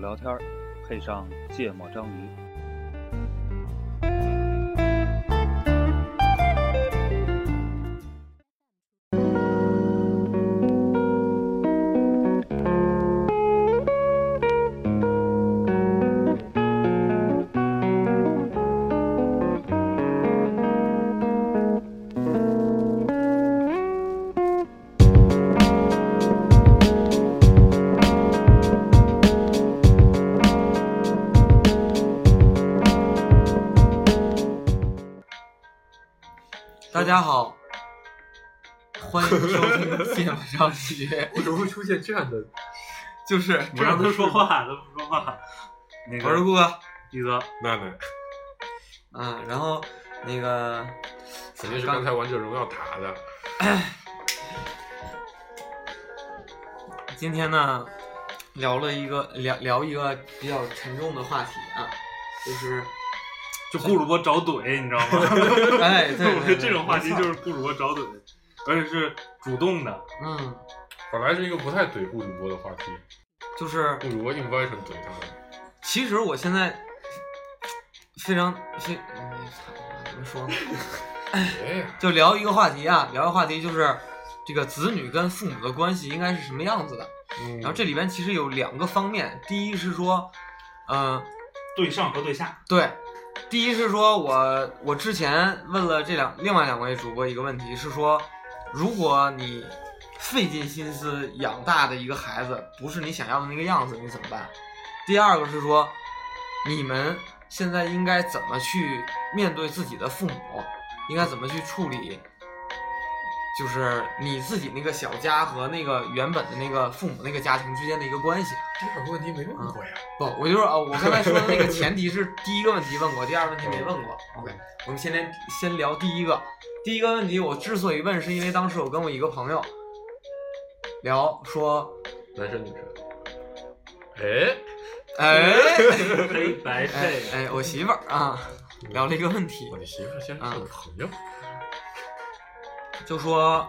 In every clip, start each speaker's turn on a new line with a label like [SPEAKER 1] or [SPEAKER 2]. [SPEAKER 1] 聊天，配上芥末章鱼。
[SPEAKER 2] 大家好，欢迎收听芥末章鱼，
[SPEAKER 3] 我怎么会出现这样 的？
[SPEAKER 2] 就是
[SPEAKER 3] 你
[SPEAKER 4] 不让他说话，他不说话。 那
[SPEAKER 2] 我是
[SPEAKER 4] 个
[SPEAKER 2] 顾哥，
[SPEAKER 4] 一泽，
[SPEAKER 3] 娜娜，
[SPEAKER 2] 嗯，然后那个
[SPEAKER 3] 肯定是刚才王者荣耀打的。
[SPEAKER 2] 今天呢，聊了一个聊聊一个比较沉重的话题啊， 就是
[SPEAKER 4] 就顾主播找怼，你知道吗？
[SPEAKER 2] 哎对对对
[SPEAKER 4] 我觉得这种话题
[SPEAKER 2] 没错
[SPEAKER 4] 就是顾主播找怼，而且是主动的。
[SPEAKER 2] 嗯，
[SPEAKER 3] 本来是一个不太怼顾主播的话题，
[SPEAKER 2] 就是
[SPEAKER 3] 顾主播 invite 怼他们，
[SPEAKER 2] 其实我现在非常非，嗯操怎么说呢？
[SPEAKER 3] 别哎呀，
[SPEAKER 2] 就聊一个话题啊，聊一个话题就是这个子女跟父母的关系应该是什么样子的。
[SPEAKER 3] 嗯
[SPEAKER 2] 然后这里边其实有两个方面，第一是说，嗯、
[SPEAKER 4] 对上和对下，
[SPEAKER 2] 对，第一是说我我之前问了这两另外两位主播一个问题，是说如果你费尽心思养大的一个孩子不是你想要的那个样子，你怎么办？第二个是说你们现在应该怎么去面对自己的父母，应该怎么去处理。就是你自己那个小家和那个原本的那个父母那个家庭之间的一个关系，
[SPEAKER 3] 这两个问题没问过呀。
[SPEAKER 2] 不，我就是啊，我刚才说的那个前提是第一个问题问过，第二个问题没问过。OK，我们先连先聊第一个。第一个问题我之所以问，是因为当时我跟我一个朋友聊说，
[SPEAKER 3] 嗯男生女生，哎，
[SPEAKER 2] 哎
[SPEAKER 4] 黑
[SPEAKER 2] 哎
[SPEAKER 4] 白配。
[SPEAKER 2] 哎，我媳妇儿啊，
[SPEAKER 3] 嗯
[SPEAKER 2] 聊了一个问题
[SPEAKER 3] 我，的媳妇儿先是我的朋友，
[SPEAKER 2] 就说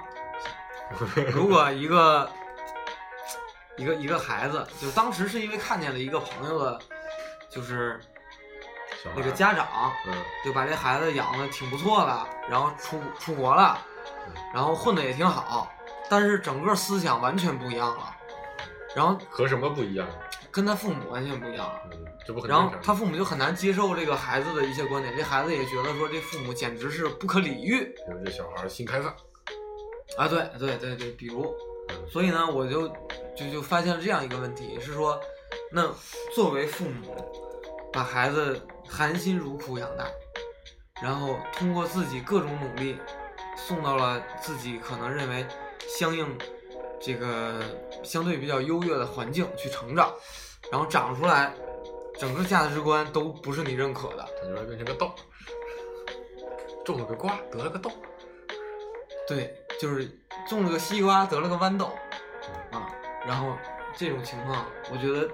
[SPEAKER 2] 如果一个一个一个孩子，就是当时是因为看见了一个朋友的，就是
[SPEAKER 3] 小孩
[SPEAKER 2] 那个，家长，
[SPEAKER 3] 嗯，
[SPEAKER 2] 就把这孩子养的挺不错的，然后出出国了，然后混的也挺好，但是整个思想完全不一样了，然后
[SPEAKER 3] 和什么不一样？
[SPEAKER 2] 跟他父母完全不一样了，
[SPEAKER 3] 嗯，这不很
[SPEAKER 2] 然后
[SPEAKER 3] 正
[SPEAKER 2] 他
[SPEAKER 3] 常？
[SPEAKER 2] 父母就很难接受这个孩子的一些观点，这孩子也觉得说这父母简直是不可理喻
[SPEAKER 3] 比如这小孩新开放，
[SPEAKER 2] 啊，对对对对，比如，
[SPEAKER 3] 嗯
[SPEAKER 2] 所以呢，我就就就发现了这样一个问题，是说，那作为父母，把孩子含辛茹苦养大，然后通过自己各种努力，送到了自己可能认为相应这个相对比较优越的环境去成长，然后长出来，整个价值观都不是你认可的，
[SPEAKER 3] 他就会变成个豆，种了个瓜，得了个豆，
[SPEAKER 2] 对，就是种了个西瓜，得了个豌豆，
[SPEAKER 3] 嗯
[SPEAKER 2] 啊，然后这种情况，我觉得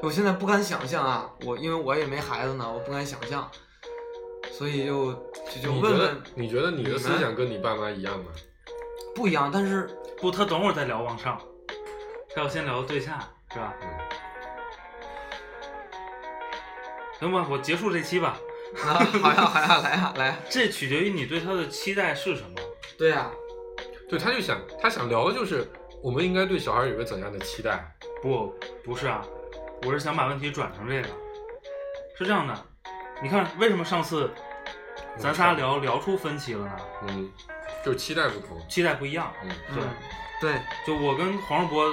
[SPEAKER 2] 我现在不敢想象啊，我因为我也没孩子呢，我不敢想象，所以就就就
[SPEAKER 3] 你
[SPEAKER 2] 问
[SPEAKER 3] 觉得
[SPEAKER 2] 问
[SPEAKER 3] 你觉得你
[SPEAKER 2] 你
[SPEAKER 3] 的
[SPEAKER 2] 们
[SPEAKER 3] 思想跟你爸妈一样吗？
[SPEAKER 2] 不一样，但 是
[SPEAKER 4] 不，他等会儿再聊往上，他要先聊对下，是吧？
[SPEAKER 3] 嗯。
[SPEAKER 4] 行吧，我结束这期吧。
[SPEAKER 2] 啊，好呀好呀，来呀来呀，
[SPEAKER 4] 这取决于你对他的期待是什么。
[SPEAKER 2] 对呀、
[SPEAKER 3] 对，他就想他想聊的就是我们应该对小孩有个怎样的期待？
[SPEAKER 4] 不，不是啊，我是想把问题转成这个。是这样的，你看为什么上次咱仨聊聊出分歧了呢？
[SPEAKER 3] 嗯，就是期待不同。
[SPEAKER 4] 期待不一样。
[SPEAKER 3] 嗯
[SPEAKER 4] 对
[SPEAKER 2] 嗯，对，
[SPEAKER 4] 就我跟黄世博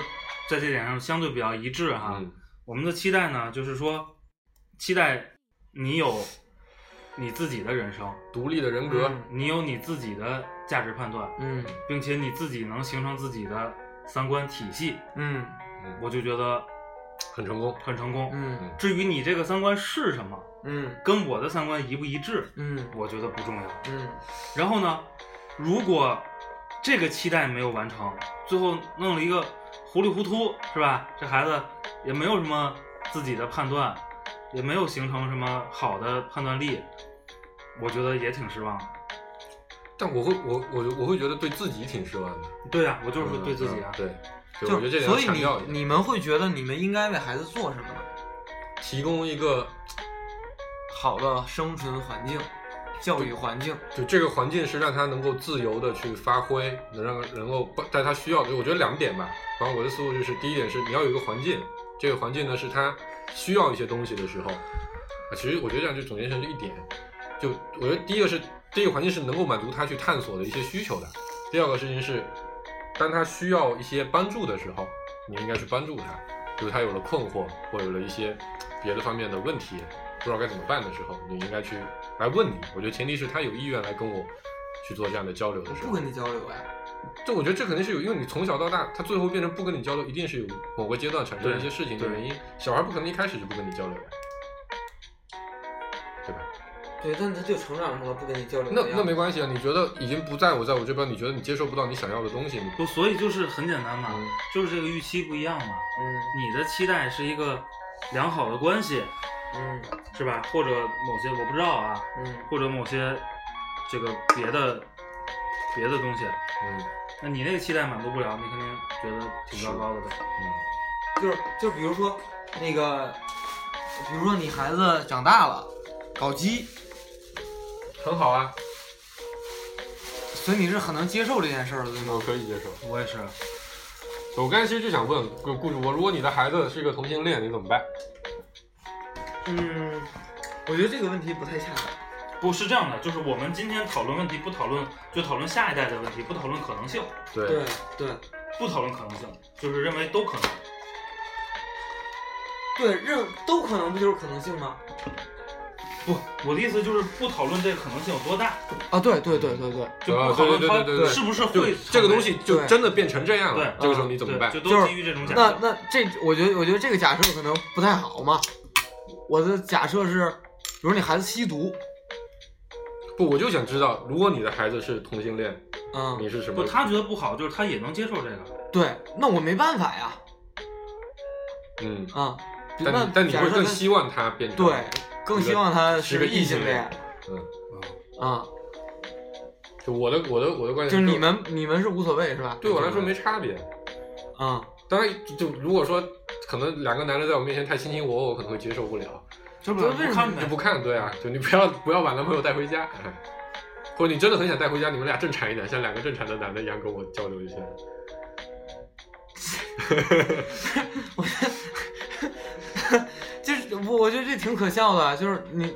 [SPEAKER 4] 在这点上相对比较一致哈。
[SPEAKER 3] 嗯
[SPEAKER 4] 我们的期待呢，就是说，期待你有你自己的人生，
[SPEAKER 3] 独立的人格，
[SPEAKER 2] 嗯
[SPEAKER 4] 你有你自己的价值判断，
[SPEAKER 2] 嗯
[SPEAKER 4] 并且你自己能形成自己的三观体系，
[SPEAKER 2] 嗯
[SPEAKER 3] 嗯
[SPEAKER 4] 我就觉得
[SPEAKER 3] 很成功。
[SPEAKER 4] 很成功。
[SPEAKER 2] 嗯
[SPEAKER 4] 至于你这个三观是什么，
[SPEAKER 2] 嗯
[SPEAKER 4] 跟我的三观一不一致，
[SPEAKER 2] 嗯
[SPEAKER 4] 我觉得不重要。
[SPEAKER 2] 嗯
[SPEAKER 4] 然后呢，如果这个期待没有完成，最后弄了一个糊里糊涂，是吧？这孩子也没有什么自己的判断，也没有形成什么好的判断力，我觉得也挺失望的。
[SPEAKER 3] 但我会我我我会觉得对自己挺失望的。
[SPEAKER 4] 对啊，我就是说对自己
[SPEAKER 3] 嗯
[SPEAKER 4] 啊
[SPEAKER 3] 嗯，对，对，我觉得
[SPEAKER 2] 就
[SPEAKER 3] 这点
[SPEAKER 2] 所
[SPEAKER 3] 要
[SPEAKER 2] 以
[SPEAKER 3] 强调一
[SPEAKER 2] 你
[SPEAKER 3] 下。
[SPEAKER 2] 你们会觉得你们应该为孩子做什么呢？
[SPEAKER 3] 提供一个，
[SPEAKER 2] 好的生存环境、教育环境，
[SPEAKER 3] 就这个环境是让他能够自由的去发挥，能让能够在他需要的，我觉得两点吧。反正我的思路就是，第一点是你要有一个环境，这个环境呢是他需要一些东西的时候，啊，其实我觉得这样就总结成这一点，就我觉得第一个是这个环境是能够满足他去探索的一些需求的，第二个事情是，当他需要一些帮助的时候，你应该去帮助他，就是他有了困惑或有了一些别的方面的问题，不知道该怎么办的时候，你应该去来问你。我觉得前提是他有意愿来跟我去做这样的交流
[SPEAKER 2] 我
[SPEAKER 3] 的时
[SPEAKER 2] 不
[SPEAKER 3] 候
[SPEAKER 2] 跟，你交流呀、
[SPEAKER 3] 就我觉得这肯定是有，因为你从小到大，他最后变成不跟你交流，一定是有某个阶段产生一些事情的原因。小孩不可能一开始就不跟你交流呀，对吧？
[SPEAKER 2] 对，但他就成长成了不跟你交流
[SPEAKER 3] 那
[SPEAKER 2] 的样子
[SPEAKER 3] 那没关系啊，你觉得已经不在我在我这边，你觉得你接受不到你想要的东西，你
[SPEAKER 4] 不，所以就是很简单嘛，
[SPEAKER 3] 嗯
[SPEAKER 4] 就是这个预期不一样嘛。
[SPEAKER 2] 嗯
[SPEAKER 4] 你的期待是一个良好的关系，
[SPEAKER 2] 嗯
[SPEAKER 4] 是吧？或者某些我不知道啊，
[SPEAKER 2] 嗯，
[SPEAKER 4] 或者某些这个别的别的东西，
[SPEAKER 3] 嗯
[SPEAKER 4] 那你那个期待满足不了，你肯定觉得挺糟糕的呗。
[SPEAKER 3] 嗯
[SPEAKER 2] 就是就比如说那个，比如说你孩子长大了，搞基，
[SPEAKER 3] 很好啊，
[SPEAKER 2] 所以你是很能接受这件事儿的，对
[SPEAKER 3] 嗯我
[SPEAKER 2] 吗？
[SPEAKER 3] 可以接受。
[SPEAKER 4] 我也是，
[SPEAKER 3] 我刚才其实就想问顾顾主播，如果你的孩子是一个同性恋，你怎么办？
[SPEAKER 2] 嗯，我觉得这个问题不太恰当。
[SPEAKER 4] 不是这样的，就是我们今天讨论问题，不讨论就讨论下一代的问题，不讨论可能性，
[SPEAKER 3] 对
[SPEAKER 2] 对对
[SPEAKER 4] 不讨论可能性，就是认为都可能。
[SPEAKER 2] 对，任都可能不就是可能性吗？
[SPEAKER 4] 不，我的意思就是不讨论这个可能性有多大，
[SPEAKER 2] 啊，对对对对对，
[SPEAKER 4] 就
[SPEAKER 3] 啊
[SPEAKER 4] 不讨论
[SPEAKER 3] 对对对对
[SPEAKER 4] 它
[SPEAKER 3] 对
[SPEAKER 4] 是不是
[SPEAKER 3] 就
[SPEAKER 4] 会
[SPEAKER 3] 这个
[SPEAKER 4] 成为
[SPEAKER 3] 东西就
[SPEAKER 2] 对
[SPEAKER 3] 真的变成这样了
[SPEAKER 4] 对，啊
[SPEAKER 3] 这个时候你怎么
[SPEAKER 4] 对
[SPEAKER 3] 办？
[SPEAKER 4] 就
[SPEAKER 2] 就
[SPEAKER 4] 都
[SPEAKER 2] 是
[SPEAKER 4] 基于这种假
[SPEAKER 2] 那
[SPEAKER 4] 设。
[SPEAKER 2] 那这，我觉得我觉得这个假设可能不太好嘛。我的假设是，比如你孩子吸毒，
[SPEAKER 3] 不，我就想知道，如果你的孩子是同性恋，
[SPEAKER 2] 嗯，
[SPEAKER 3] 你是什
[SPEAKER 4] 不，
[SPEAKER 3] 么？
[SPEAKER 4] 他觉得不好，就是他也能接受这个。
[SPEAKER 2] 对，那我没办法呀，
[SPEAKER 3] 嗯，
[SPEAKER 2] 啊、嗯，
[SPEAKER 3] 但
[SPEAKER 2] 那
[SPEAKER 3] 你但你
[SPEAKER 2] 假
[SPEAKER 3] 会
[SPEAKER 2] 设
[SPEAKER 3] 更
[SPEAKER 2] 跟
[SPEAKER 3] 希望他变成
[SPEAKER 2] 对，更希望他
[SPEAKER 3] 是
[SPEAKER 2] 是
[SPEAKER 3] 个
[SPEAKER 2] 个
[SPEAKER 3] 异
[SPEAKER 2] 异
[SPEAKER 3] 性
[SPEAKER 2] 性
[SPEAKER 3] 恋
[SPEAKER 2] 恋
[SPEAKER 3] 嗯，
[SPEAKER 2] 啊、
[SPEAKER 3] 就我的我的我的
[SPEAKER 2] 嗯，
[SPEAKER 3] 观点
[SPEAKER 2] 就是
[SPEAKER 3] 对
[SPEAKER 2] 你们你们是无所谓是吧？
[SPEAKER 3] 对我来说没差别。
[SPEAKER 2] 嗯，
[SPEAKER 3] 当然，就如果说可能两个男的在我面前太卿卿我我，我可能会接受不了，
[SPEAKER 4] 这
[SPEAKER 2] 不为什么
[SPEAKER 4] 看
[SPEAKER 3] 就
[SPEAKER 4] 呗
[SPEAKER 3] 不？看。对啊，就你不要不要把男朋友带回家，哎或者你真的很想带回家，你们俩正常一点，像两个正常的男的一样跟我交流一下。
[SPEAKER 2] 嗯就是我我觉得这挺可笑的，就是你，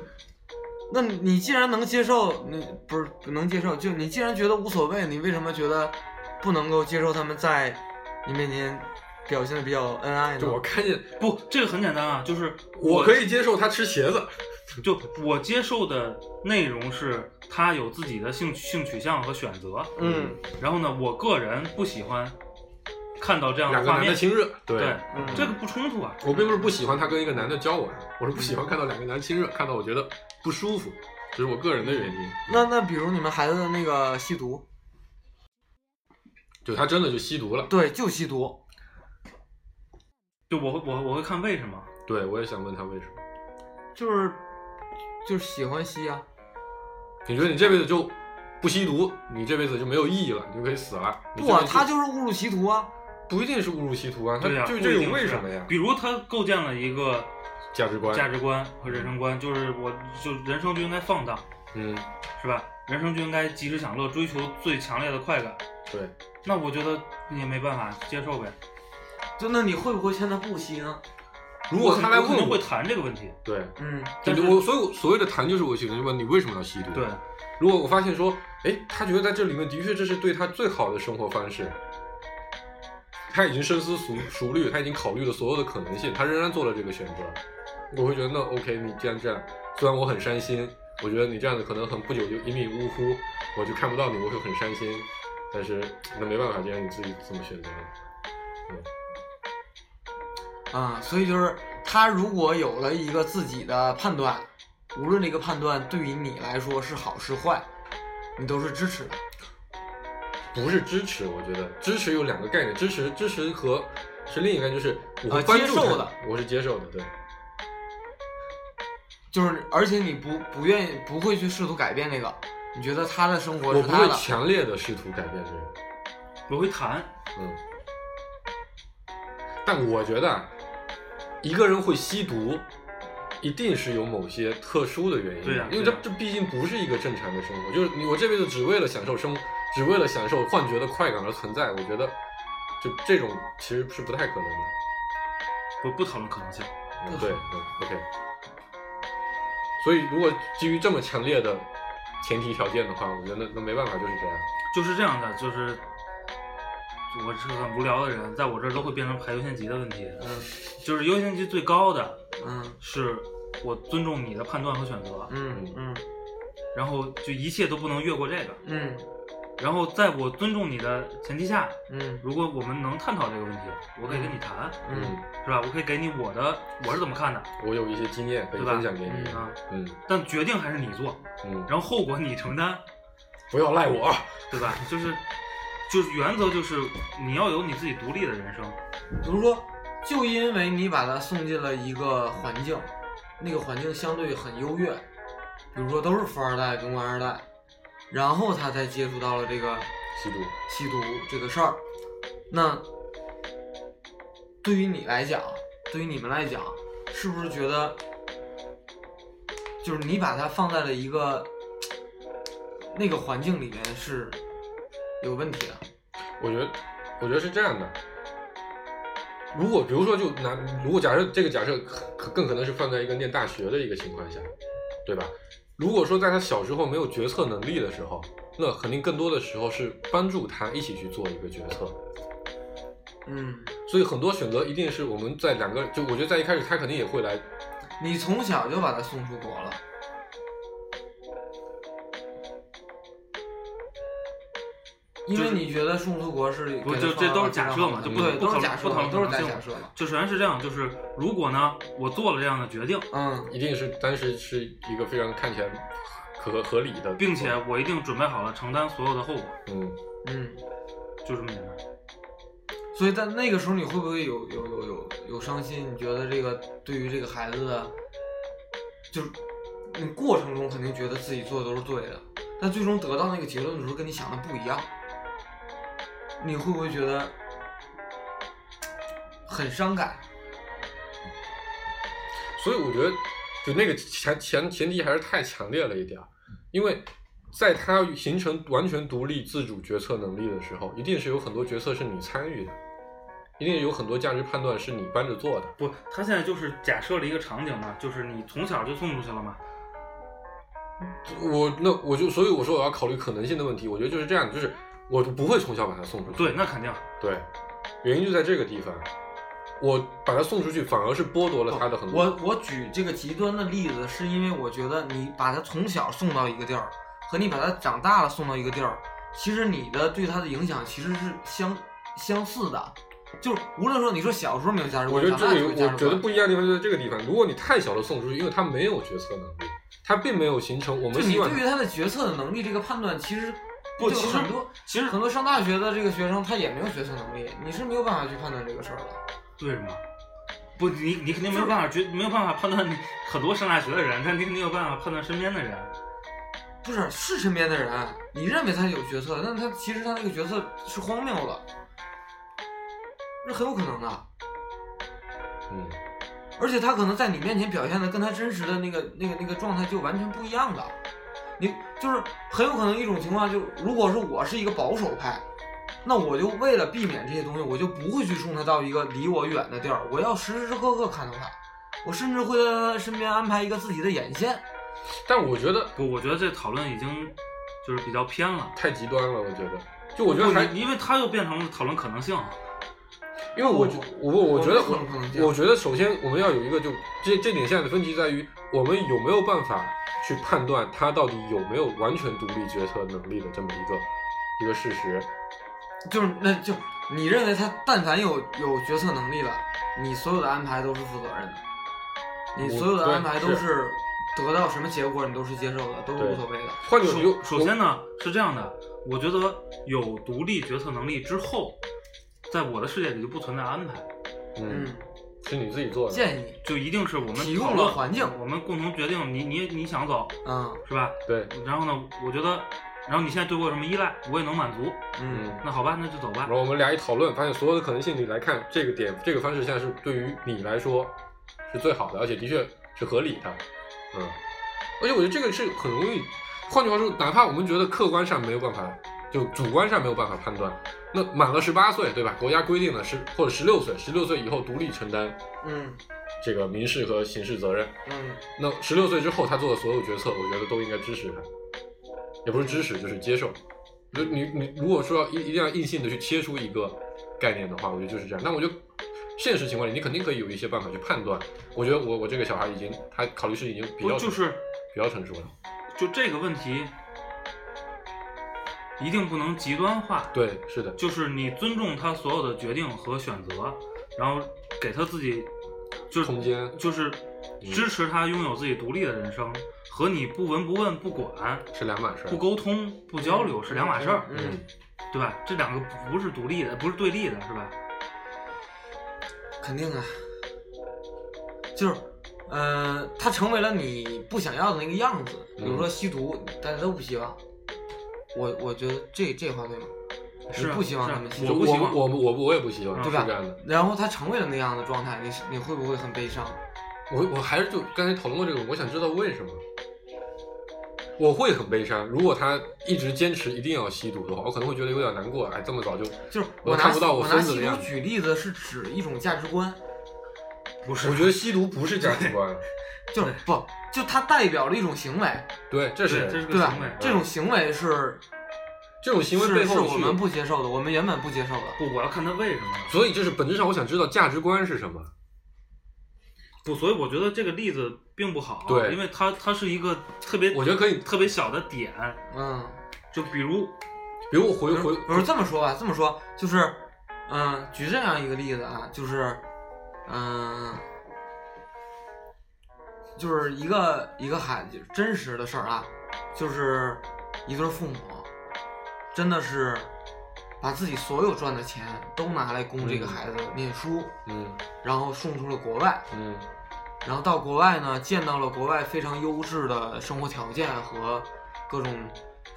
[SPEAKER 2] 那你既然能接受，你不是不能接受，就你既然觉得无所谓，你为什么觉得不能够接受他们在你面前表现的比较恩爱呢？
[SPEAKER 3] 就我看见，
[SPEAKER 4] 不，这个很简单啊，就是
[SPEAKER 3] 我可以接受他吃茄子。
[SPEAKER 4] 就我接受的内容是他有自己的性性取向和选择，
[SPEAKER 2] 嗯
[SPEAKER 4] 然后呢，我个人不喜欢看到这样
[SPEAKER 3] 两
[SPEAKER 4] 的
[SPEAKER 3] 个
[SPEAKER 4] 画
[SPEAKER 3] 男的
[SPEAKER 4] 面。
[SPEAKER 3] 亲热，对
[SPEAKER 4] 对，
[SPEAKER 2] 嗯
[SPEAKER 4] 这个不冲突啊。
[SPEAKER 3] 我并不是不喜欢他跟一个男的交往，我是不喜欢看到两个男亲热，看到我觉得不舒服，这是我个人的原因。
[SPEAKER 2] 那那比如你们孩子的那个吸毒，
[SPEAKER 3] 就他真的就吸毒了，
[SPEAKER 2] 对，就吸毒，
[SPEAKER 4] 就我会我我会看为什么，
[SPEAKER 3] 对我也想问他为什么？
[SPEAKER 2] 就是就是喜欢吸啊，
[SPEAKER 3] 你觉得你这辈子就不吸毒，你这辈子就没有意义了，你就可以死了？你
[SPEAKER 2] 不
[SPEAKER 3] 这辈
[SPEAKER 2] 啊，
[SPEAKER 3] 子
[SPEAKER 2] 他就是误入歧途啊。
[SPEAKER 3] 不一定是误入歧途啊，他
[SPEAKER 4] 对呀、
[SPEAKER 3] 就
[SPEAKER 4] 不
[SPEAKER 3] 这
[SPEAKER 4] 一定
[SPEAKER 3] 种为
[SPEAKER 4] 是
[SPEAKER 3] 什么呀？
[SPEAKER 4] 比如他构建了一个
[SPEAKER 3] 价值观，
[SPEAKER 4] 价值观和人生观，就是我就人生就应该放荡，
[SPEAKER 3] 嗯，
[SPEAKER 4] 是吧？人生就应该及时享乐，追求最强烈的快感。
[SPEAKER 3] 对，
[SPEAKER 4] 那我觉得你也没办法接受呗。
[SPEAKER 2] 就那你会不会劝他不吸呢？
[SPEAKER 3] 如果他来
[SPEAKER 4] 我可
[SPEAKER 3] 问
[SPEAKER 4] 能会
[SPEAKER 3] 我，
[SPEAKER 4] 谈这个问题。
[SPEAKER 3] 对，
[SPEAKER 2] 嗯，
[SPEAKER 4] 但
[SPEAKER 3] 就是我所以我所谓的谈就是我喜欢问你为什么要吸毒？
[SPEAKER 4] 对，
[SPEAKER 3] 如果我发现说，哎，他觉得在这里面的确这是对他最好的生活方式，他已经深思熟熟虑，他已经考虑了所有的可能性，他仍然做了这个选择，我会觉得那 OK，你既然这样，虽然我很伤心，我觉得你这样子可能很不久就一命呜呼，我就看不到你，我会很伤心，但是那没办法，既然你自己这么选择了，
[SPEAKER 2] 啊、所以就是他如果有了一个自己的判断，无论这个判断对于你来说是好是坏，你都是支持的。
[SPEAKER 3] 不是支持，我觉得支持有两个概念，支持支持和是另一个概念，就是我会
[SPEAKER 2] 啊
[SPEAKER 3] 关
[SPEAKER 2] 接
[SPEAKER 3] 注
[SPEAKER 2] 受
[SPEAKER 3] 他
[SPEAKER 2] 的
[SPEAKER 3] 我是接受的，对。
[SPEAKER 2] 就是而且你不不愿意不会去试图改变这个，你觉得他的生活
[SPEAKER 3] 我
[SPEAKER 2] 是
[SPEAKER 3] 不
[SPEAKER 2] 他
[SPEAKER 3] 会
[SPEAKER 2] 的，
[SPEAKER 3] 强烈的试图改变这个，
[SPEAKER 4] 我会谈。
[SPEAKER 3] 嗯，但我觉得啊一个人会吸毒，一定是有某些特殊的原因的，
[SPEAKER 4] 对呀
[SPEAKER 3] 因为这
[SPEAKER 4] 对呀
[SPEAKER 3] 这毕竟不是一个正常的生活，就是你我这辈子只为了享受生，只为了享受幻觉的快感而存在，我觉得就这种其实是不太可能的。
[SPEAKER 4] 不不讨论可能性，
[SPEAKER 3] 嗯，对，嗯，OK。所以，如果基于这么强烈的前提条件的话，我觉得那那没办法，就是这样。
[SPEAKER 4] 就是这样的，就是我是个很无聊的人，在我这儿都会变成排优先级的问题，
[SPEAKER 2] 嗯
[SPEAKER 4] 就是优先级最高的
[SPEAKER 2] 嗯
[SPEAKER 4] 是我尊重你的判断和选择，
[SPEAKER 2] 嗯嗯
[SPEAKER 4] 然后就一切都不能越过这个，
[SPEAKER 2] 嗯
[SPEAKER 4] 然后在我尊重你的前提下，
[SPEAKER 2] 嗯
[SPEAKER 4] 如果我们能探讨这个问题，我可以跟你谈，
[SPEAKER 2] 嗯，
[SPEAKER 4] 是吧？我可以给你我的我是怎么看的，
[SPEAKER 3] 我有一些经验可以
[SPEAKER 4] 对吧
[SPEAKER 3] 分享给你。
[SPEAKER 4] 啊，
[SPEAKER 3] 嗯
[SPEAKER 4] 但决定还是你做，
[SPEAKER 3] 嗯，
[SPEAKER 4] 然后后果你承担，
[SPEAKER 3] 不要赖我。啊
[SPEAKER 4] 对吧？就是就是原则就是你要有你自己独立的人生，
[SPEAKER 2] 比如说，就因为你把他送进了一个环境，那个环境相对很优越，比如说都是富二代跟官二代，然后他才接触到了这个
[SPEAKER 3] 吸毒，
[SPEAKER 2] 吸毒这个事儿。那对于你来讲，对于你们来讲，是不是觉得，就是你把它放在了一个那个环境里面是有问题的？
[SPEAKER 3] 我觉得，我觉得是这样的。如果比如说就拿，如果假设这个假设可更可能是放在一个念大学的一个情况下，对吧？如果说在他小时候没有决策能力的时候，那肯定更多的时候是帮助他一起去做一个决策。
[SPEAKER 2] 嗯，
[SPEAKER 3] 所以很多选择一定是我们在两个，就我觉得在一开始他肯定也会来，
[SPEAKER 2] 你从小就把他送出国了，因为你觉得送出国是
[SPEAKER 4] 不
[SPEAKER 2] 给
[SPEAKER 4] 就
[SPEAKER 2] 他
[SPEAKER 4] 这都
[SPEAKER 2] 创
[SPEAKER 4] 是假
[SPEAKER 2] 造
[SPEAKER 4] 设
[SPEAKER 2] 了
[SPEAKER 4] 嘛，就
[SPEAKER 2] 非常好
[SPEAKER 4] 不
[SPEAKER 2] 的对，
[SPEAKER 4] 不
[SPEAKER 2] 都是
[SPEAKER 4] 讨论
[SPEAKER 2] 假设
[SPEAKER 4] 不讨
[SPEAKER 2] 的，
[SPEAKER 4] 论
[SPEAKER 2] 都是
[SPEAKER 4] 可能
[SPEAKER 2] 假
[SPEAKER 4] 性
[SPEAKER 2] 假设的。
[SPEAKER 4] 就首先是这样，就是如果呢，我做了这样的决定，
[SPEAKER 2] 嗯
[SPEAKER 3] 一定是当时是一个非常看起来可合理的，
[SPEAKER 4] 并且我一定准备好了承担所有的后果，
[SPEAKER 3] 嗯，
[SPEAKER 2] 嗯，
[SPEAKER 4] 就这么简单。
[SPEAKER 2] 所以在那个时候你会不会有有有有有伤心？你觉得这个对于这个孩子的，就是你过程中肯定觉得自己做的都是对的，但最终得到那个结论的时候跟你想的不一样，你会不会觉得很伤感？
[SPEAKER 3] 所以我觉得就那个前前前提还是太强烈了一点儿，
[SPEAKER 4] 嗯
[SPEAKER 3] 因为在他形成完全独立自主决策能力的时候，一定是有很多决策是你参与的，一定有很多价值判断是你帮着做的，
[SPEAKER 4] 不，他现在就是假设了一个场景嘛，就是你从小就送出去了嘛，
[SPEAKER 3] 我那我就所以我说我要考虑可能性的问题，我觉得就是这样，就是我不会从小把他送出去，
[SPEAKER 4] 对，那肯定。
[SPEAKER 3] 对，原因就在这个地方。我把他送出去，反而是剥夺了他的很
[SPEAKER 4] 哦
[SPEAKER 3] 多。
[SPEAKER 2] 我我举这个极端的例子，是因为我觉得你把他从小送到一个地儿，和你把他长大了送到一个地儿，其实你的对他的影响其实是相相似的。就是无论说你说小时候没有价值
[SPEAKER 3] 我
[SPEAKER 2] 观，
[SPEAKER 3] 觉得
[SPEAKER 2] 长大
[SPEAKER 3] 这
[SPEAKER 2] 就
[SPEAKER 3] 里，
[SPEAKER 2] 有价
[SPEAKER 3] 我
[SPEAKER 2] 值
[SPEAKER 3] 觉得
[SPEAKER 2] 观，
[SPEAKER 3] 不一样的地方就在这个地方。如果你太小的送出去，因为他没有决策能力，他并没有形成我
[SPEAKER 2] 就
[SPEAKER 3] 们
[SPEAKER 2] 你
[SPEAKER 3] 希望
[SPEAKER 2] 对于他的决策的能力这个判断，其实
[SPEAKER 4] 不
[SPEAKER 2] 就
[SPEAKER 4] 其实
[SPEAKER 2] 很多
[SPEAKER 4] 其实
[SPEAKER 2] 很多上大学的这个学生他也没有决策能力，你是没有办法去判断这个事儿的。
[SPEAKER 4] 为什么？不，你你肯定没有办法决，没有办法判断你很多上大学的人，但你肯定有办法判断身边的人。
[SPEAKER 2] 不是，是身边的人，你认为他有决策，但他其实他那个决策是荒谬的，这很有可能的。
[SPEAKER 3] 嗯，
[SPEAKER 2] 而且他可能在你面前表现的跟他真实的那个那个那个状态就完全不一样的。你就是很有可能一种情况就，如果是我是一个保守派，那我就为了避免这些东西，我就不会去送他到一个离我远的地儿，我要时时刻刻看到他，我甚至会在他身边安排一个自己的眼线。
[SPEAKER 3] 但我觉得
[SPEAKER 4] 不，我觉得这讨论已经就是比较偏了。
[SPEAKER 3] 太极端了。我觉得，就我觉得
[SPEAKER 4] 不
[SPEAKER 3] 还，
[SPEAKER 4] 你因为它又变成了讨论可能性。
[SPEAKER 3] 因为我觉我我觉得
[SPEAKER 2] 不能不能这
[SPEAKER 3] 我
[SPEAKER 2] 样
[SPEAKER 3] 我觉得首先我们要有一个就这这点现在的分歧在于我们有没有办法去判断他到底有没有完全独立决策能力的这么一个一个事实。
[SPEAKER 2] 就是那就你认为他但凡有有决策能力了，你所有的安排都是负责任的，你所有的安排都
[SPEAKER 3] 对
[SPEAKER 2] 是得到什么结果你都是接受的，都是无所谓的。
[SPEAKER 3] 换句话
[SPEAKER 4] 首
[SPEAKER 3] 说，
[SPEAKER 4] 首先呢是这样的，我觉得有独立决策能力之后，在我的世界里就不存在安排，
[SPEAKER 3] 嗯
[SPEAKER 2] 嗯，，
[SPEAKER 3] 是你自己做的。
[SPEAKER 2] 建议，
[SPEAKER 4] 就一定是我们
[SPEAKER 2] 提供
[SPEAKER 4] 讨论
[SPEAKER 2] 了环境
[SPEAKER 4] 我们共同决定你你你想走
[SPEAKER 2] 嗯
[SPEAKER 4] 是吧？
[SPEAKER 3] 对，
[SPEAKER 4] 然后呢，我觉得，然后你现在对我有什么依赖，我也能满足。
[SPEAKER 2] 嗯，
[SPEAKER 4] 那好吧，那就走吧
[SPEAKER 3] 然。后我们俩一讨论，发现所有的可能性里来看，这个点这个方式现在是对于你来说是最好的，而且的确是合理的，嗯，而且我觉得这个是很容易，换句话说，哪怕我们觉得客观上没有办法，就主观上没有办法判断，那满了十八岁，对吧？国家规定了十或者十六岁，十六岁以后独立承担
[SPEAKER 2] 嗯
[SPEAKER 3] 这个民事和刑事责任，
[SPEAKER 2] 嗯
[SPEAKER 3] 那十六岁之后他做的所有决策，我觉得都应该支持他，也不是支持，就是接受。就你你如果说要一一定要硬性的去切出一个概念的话，我觉得就是这样。那我就现实情况里，你肯定可以有一些办法去判断。我觉得我我这个小孩已经他考虑事已经比
[SPEAKER 4] 不
[SPEAKER 3] 较
[SPEAKER 4] 就是
[SPEAKER 3] 比较成熟了。
[SPEAKER 4] 就这个问题，一定不能极端化。
[SPEAKER 3] 对，是的，
[SPEAKER 4] 就是你尊重他所有的决定和选择，然后给他自己就是
[SPEAKER 3] 空间嗯
[SPEAKER 4] 就是支持他拥有自己独立的人生，和你不闻不问不管
[SPEAKER 3] 是两码事儿。
[SPEAKER 4] 不沟通不交流是两码事儿，
[SPEAKER 2] 嗯
[SPEAKER 3] 嗯，
[SPEAKER 4] 对吧？这两个不是独立的，不是对立的，是吧？
[SPEAKER 2] 肯定啊，就是，呃，他成为了你不想要的那个样子。比如说吸毒，大家都不希望。我我觉得这这话对吗？
[SPEAKER 4] 是
[SPEAKER 2] 你
[SPEAKER 4] 啊
[SPEAKER 2] 不希望
[SPEAKER 4] 是啊
[SPEAKER 2] 他们吸
[SPEAKER 3] 我
[SPEAKER 4] 我
[SPEAKER 2] 毒
[SPEAKER 4] 不希望
[SPEAKER 3] 我我我我也不希望
[SPEAKER 4] 嗯
[SPEAKER 3] 是
[SPEAKER 2] 对吧
[SPEAKER 3] 这样的。
[SPEAKER 2] 然后他成为了那样的状态，你是你会不会很悲伤？
[SPEAKER 3] 我我还是就刚才讨论过这个，我想知道为什么。我会很悲伤，如果他一直坚持一定要吸毒的话，我可能会觉得有点难过。哎，这么早就，
[SPEAKER 2] 就是啊
[SPEAKER 3] 我
[SPEAKER 2] 拿
[SPEAKER 3] 看不到我
[SPEAKER 2] 我拿
[SPEAKER 3] 孙子
[SPEAKER 2] 吸
[SPEAKER 3] 的样
[SPEAKER 2] 毒
[SPEAKER 3] 子
[SPEAKER 2] 举例子是指一种价值观，
[SPEAKER 4] 不是，
[SPEAKER 3] 我觉得吸毒不是价值观，
[SPEAKER 2] 就是不就它代表了一种行为，
[SPEAKER 3] 对，这
[SPEAKER 4] 对
[SPEAKER 3] 是
[SPEAKER 4] 这是个
[SPEAKER 2] 对吧
[SPEAKER 4] 行为，
[SPEAKER 2] 这种行为是
[SPEAKER 3] 这种行为背
[SPEAKER 2] 是是
[SPEAKER 3] 后是
[SPEAKER 2] 我
[SPEAKER 3] 有
[SPEAKER 2] 们不接受的，我们原本不接受的。
[SPEAKER 4] 不，我要看他为什么。
[SPEAKER 3] 所以就是本质上，我想知道价值观是什么。
[SPEAKER 4] 不，所以我觉得这个例子并不好，啊
[SPEAKER 3] 对
[SPEAKER 4] 因为它它是一个特别，
[SPEAKER 3] 我觉得可以
[SPEAKER 4] 特别小的点，
[SPEAKER 2] 嗯，
[SPEAKER 4] 就比如
[SPEAKER 3] 比如我回
[SPEAKER 2] 不
[SPEAKER 3] 回
[SPEAKER 2] 是不是这么说吧？这么说就是，嗯，举这样一个例子啊，就是，嗯，就是一个一个孩子真实的事儿啊，就是一对父母真的是把自己所有赚的钱都拿来供这个
[SPEAKER 3] 嗯
[SPEAKER 2] 孩子念书，
[SPEAKER 3] 嗯
[SPEAKER 2] 然后送出了国外，
[SPEAKER 3] 嗯
[SPEAKER 2] 然后到国外呢，见到了国外非常优质的生活条件和各种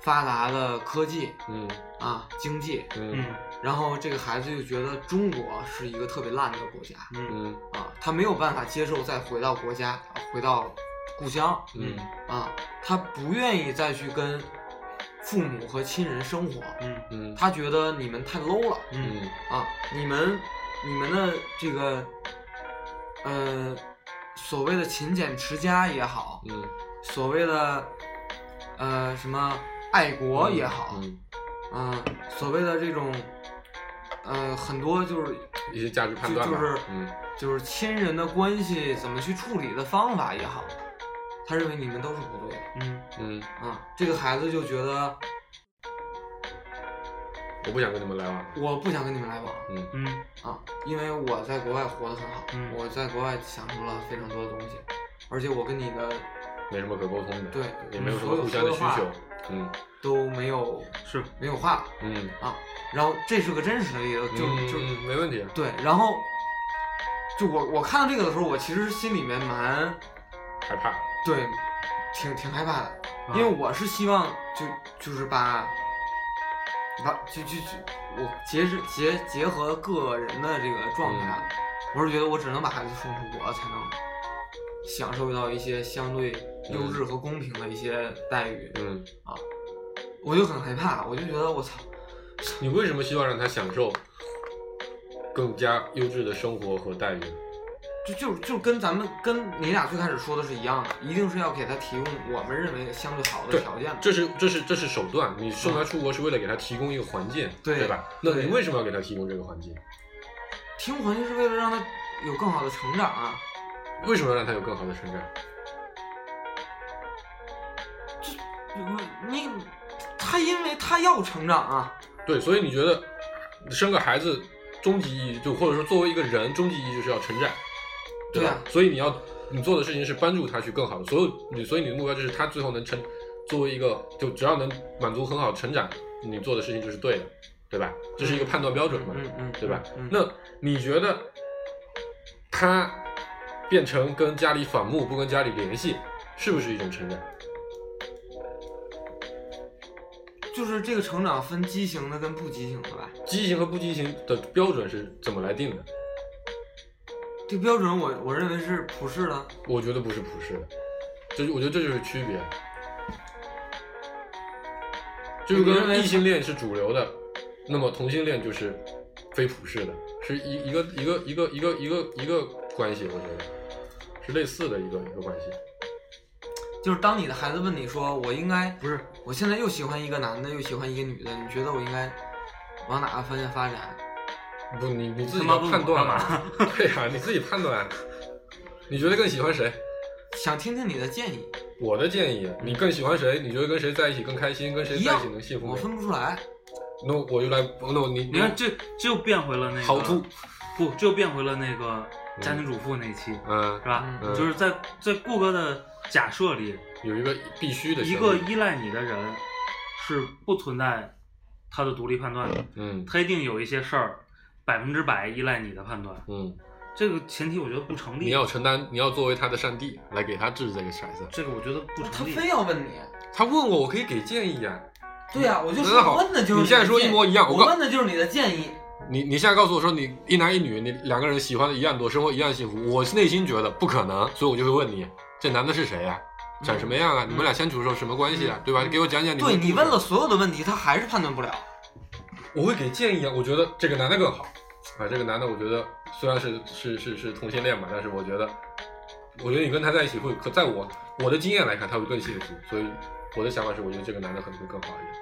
[SPEAKER 2] 发达的科技
[SPEAKER 3] 嗯
[SPEAKER 2] 啊经济，
[SPEAKER 4] 嗯
[SPEAKER 3] 嗯
[SPEAKER 2] 然后这个孩子就觉得中国是一个特别烂的国家
[SPEAKER 4] 嗯
[SPEAKER 3] 嗯
[SPEAKER 2] 啊，他没有办法接受再回到国家、啊回到故乡
[SPEAKER 3] 嗯
[SPEAKER 2] 啊，他不愿意再去跟父母和亲人生活，
[SPEAKER 4] 嗯
[SPEAKER 3] 嗯
[SPEAKER 2] 他觉得你们太 low 了
[SPEAKER 4] 嗯
[SPEAKER 2] 啊，你们你们的这个呃所谓的勤俭持家也好，
[SPEAKER 3] 嗯，
[SPEAKER 2] 所谓的呃什么爱国也好，
[SPEAKER 3] 嗯，
[SPEAKER 2] 嗯、所谓的这种呃很多就是
[SPEAKER 3] 一些价值判断吧，
[SPEAKER 2] 就就是
[SPEAKER 3] 嗯
[SPEAKER 2] 就是亲人的关系怎么去处理的方法也好，他认为你们都是不对的
[SPEAKER 4] 嗯
[SPEAKER 3] 嗯，
[SPEAKER 2] 啊、这个孩子就觉得
[SPEAKER 3] 我不想跟你们来往，
[SPEAKER 2] 我不想跟你们来往
[SPEAKER 3] 嗯
[SPEAKER 4] 嗯
[SPEAKER 2] 啊，因为我在国外活得很好，
[SPEAKER 4] 嗯
[SPEAKER 2] 我在国外享受了非常多的东西，而且我跟你的
[SPEAKER 3] 没什么可沟通的，
[SPEAKER 2] 对
[SPEAKER 3] 也没有什
[SPEAKER 2] 所
[SPEAKER 3] 么
[SPEAKER 2] 有
[SPEAKER 3] 互相的需
[SPEAKER 2] 说的
[SPEAKER 3] 求
[SPEAKER 2] 话，
[SPEAKER 3] 嗯
[SPEAKER 2] 都没有
[SPEAKER 4] 是
[SPEAKER 2] 没有话了
[SPEAKER 3] 嗯
[SPEAKER 2] 啊。然后这是个真实的例子，就
[SPEAKER 3] 嗯，
[SPEAKER 2] 就
[SPEAKER 3] 嗯没问题，
[SPEAKER 2] 对，然后就我我看到这个的时候，我其实心里面蛮
[SPEAKER 3] 害怕，
[SPEAKER 2] 对，挺挺害怕的，因为我是希望就就是把把就就就我结是结结合个人的这个状态啊，我是觉得我只能把孩子送出国，才能享受到一些相对优质和公平的一些待遇，
[SPEAKER 3] 嗯，
[SPEAKER 2] 我就很害怕，我就觉得我操，
[SPEAKER 3] 你为什么希望让他享受更加优质的生活和待遇？
[SPEAKER 2] 就就就跟咱们跟你俩最开始说的是一样的，一定是要给他提供我们认为相对好的
[SPEAKER 3] 对
[SPEAKER 2] 条件的。
[SPEAKER 3] 这是这是这是手段，你送他出国是为了给他提供一个环境，
[SPEAKER 2] 对
[SPEAKER 3] 吧？那你
[SPEAKER 2] 对
[SPEAKER 3] 为什么要给他提供这个环境？
[SPEAKER 2] 提供环境是为了让他有更好的成长啊，
[SPEAKER 3] 为什么要让他有更好的成长？
[SPEAKER 2] 你你他因为他要成长啊，
[SPEAKER 3] 对，所以你觉得生个孩子终极意义就或者说作为一个人终极意义就是要成长，
[SPEAKER 2] 对
[SPEAKER 3] 吧
[SPEAKER 2] 啊？
[SPEAKER 3] 所以你要你做的事情是帮助他去更好的，所有你所以你的目标就是他最后能成作为一个就只要能满足很好成长，你做的事情就是对的，对吧？这是一个判断标准嘛，
[SPEAKER 2] 嗯嗯，
[SPEAKER 3] 对吧？
[SPEAKER 2] 嗯、
[SPEAKER 3] 那你觉得他变成跟家里反目，不跟家里联系，是不是一种成长？
[SPEAKER 2] 就是这个成长分畸形的跟不畸形的吧，
[SPEAKER 3] 畸形和不畸形的标准是怎么来定的？
[SPEAKER 2] 这标准我我认为是普世的，
[SPEAKER 3] 我觉得不是普世的，这就我觉得这就是区别，就是
[SPEAKER 2] 你认为
[SPEAKER 3] 跟异性恋是主流的，那么同性恋就是非普世的，是一一个一个一个一个一个一个关系，我觉得是类似的一个一个关系。
[SPEAKER 2] 就是当你的孩子问你说我应该，
[SPEAKER 4] 不是，
[SPEAKER 2] 我现在又喜欢一个男的，又喜欢一个女的，你觉得我应该往哪个方向发展？
[SPEAKER 3] 不，你你自
[SPEAKER 4] 他
[SPEAKER 3] 己
[SPEAKER 4] 妈
[SPEAKER 3] 要
[SPEAKER 4] 问
[SPEAKER 3] 判
[SPEAKER 4] 我
[SPEAKER 3] 断
[SPEAKER 4] 干
[SPEAKER 3] 啊， 对呀、你自己判断啊，你觉得更喜欢谁？
[SPEAKER 2] 想听听你的建议，
[SPEAKER 3] 我的建议，你更喜欢谁？你觉得跟谁在一起更开心？跟谁
[SPEAKER 2] 一
[SPEAKER 3] 在一
[SPEAKER 2] 样
[SPEAKER 3] 起能幸福
[SPEAKER 2] 我
[SPEAKER 3] 美满？
[SPEAKER 2] 分不出来。
[SPEAKER 3] 那我就来，那我你
[SPEAKER 4] 你看这这又变回了那个
[SPEAKER 3] 好突，
[SPEAKER 4] 不，这又变回了那个家庭主妇那一期，
[SPEAKER 3] 嗯
[SPEAKER 4] 是，吧？
[SPEAKER 3] 嗯
[SPEAKER 4] 就是在在顾哥的假设里，
[SPEAKER 3] 有一个必须的
[SPEAKER 4] 一
[SPEAKER 3] 权
[SPEAKER 4] 个
[SPEAKER 3] 利
[SPEAKER 4] 依赖你的人是不存在他的独立判断的，
[SPEAKER 3] 嗯
[SPEAKER 4] 他一定有一些事儿百分之百依赖你的判断，
[SPEAKER 3] 嗯，
[SPEAKER 4] 这个前提我觉得不成
[SPEAKER 3] 你
[SPEAKER 4] 立。
[SPEAKER 3] 要承担，你要作为他的上帝来给他掷这个骰子。
[SPEAKER 4] 这个我觉得不
[SPEAKER 2] 他
[SPEAKER 4] 成立。
[SPEAKER 2] 非要问你，
[SPEAKER 3] 他问我，我可以给建议啊。
[SPEAKER 2] 对呀、我就
[SPEAKER 3] 嗯那
[SPEAKER 2] 说
[SPEAKER 3] 好
[SPEAKER 2] 我问的就是
[SPEAKER 3] 你现在
[SPEAKER 2] 的
[SPEAKER 3] 说一
[SPEAKER 2] 建议
[SPEAKER 3] 模一样我
[SPEAKER 2] 我
[SPEAKER 3] 告
[SPEAKER 2] 问的就是你的建议。
[SPEAKER 3] 你你现在告诉我说你一男一女，你两个人喜欢的一样多，生活一样幸福，我内心觉得不可能，所以我就会问你，这男的是谁呀、长什么样啊？你们俩相处的时候什么关系啊？对吧？给我讲讲你们
[SPEAKER 2] 嗯对
[SPEAKER 3] 的故
[SPEAKER 2] 你
[SPEAKER 3] 事
[SPEAKER 2] 问了，所有的问题，他还是判断不了。
[SPEAKER 3] 我会给建议啊。我觉得这个男的更好啊，这个男的我觉得虽然是是是是同性恋嘛，但是我觉得，我觉得你跟他在一起会，可在我我的经验来看，他会更幸福。所以我的想法是，我觉得这个男的可能会更好一点，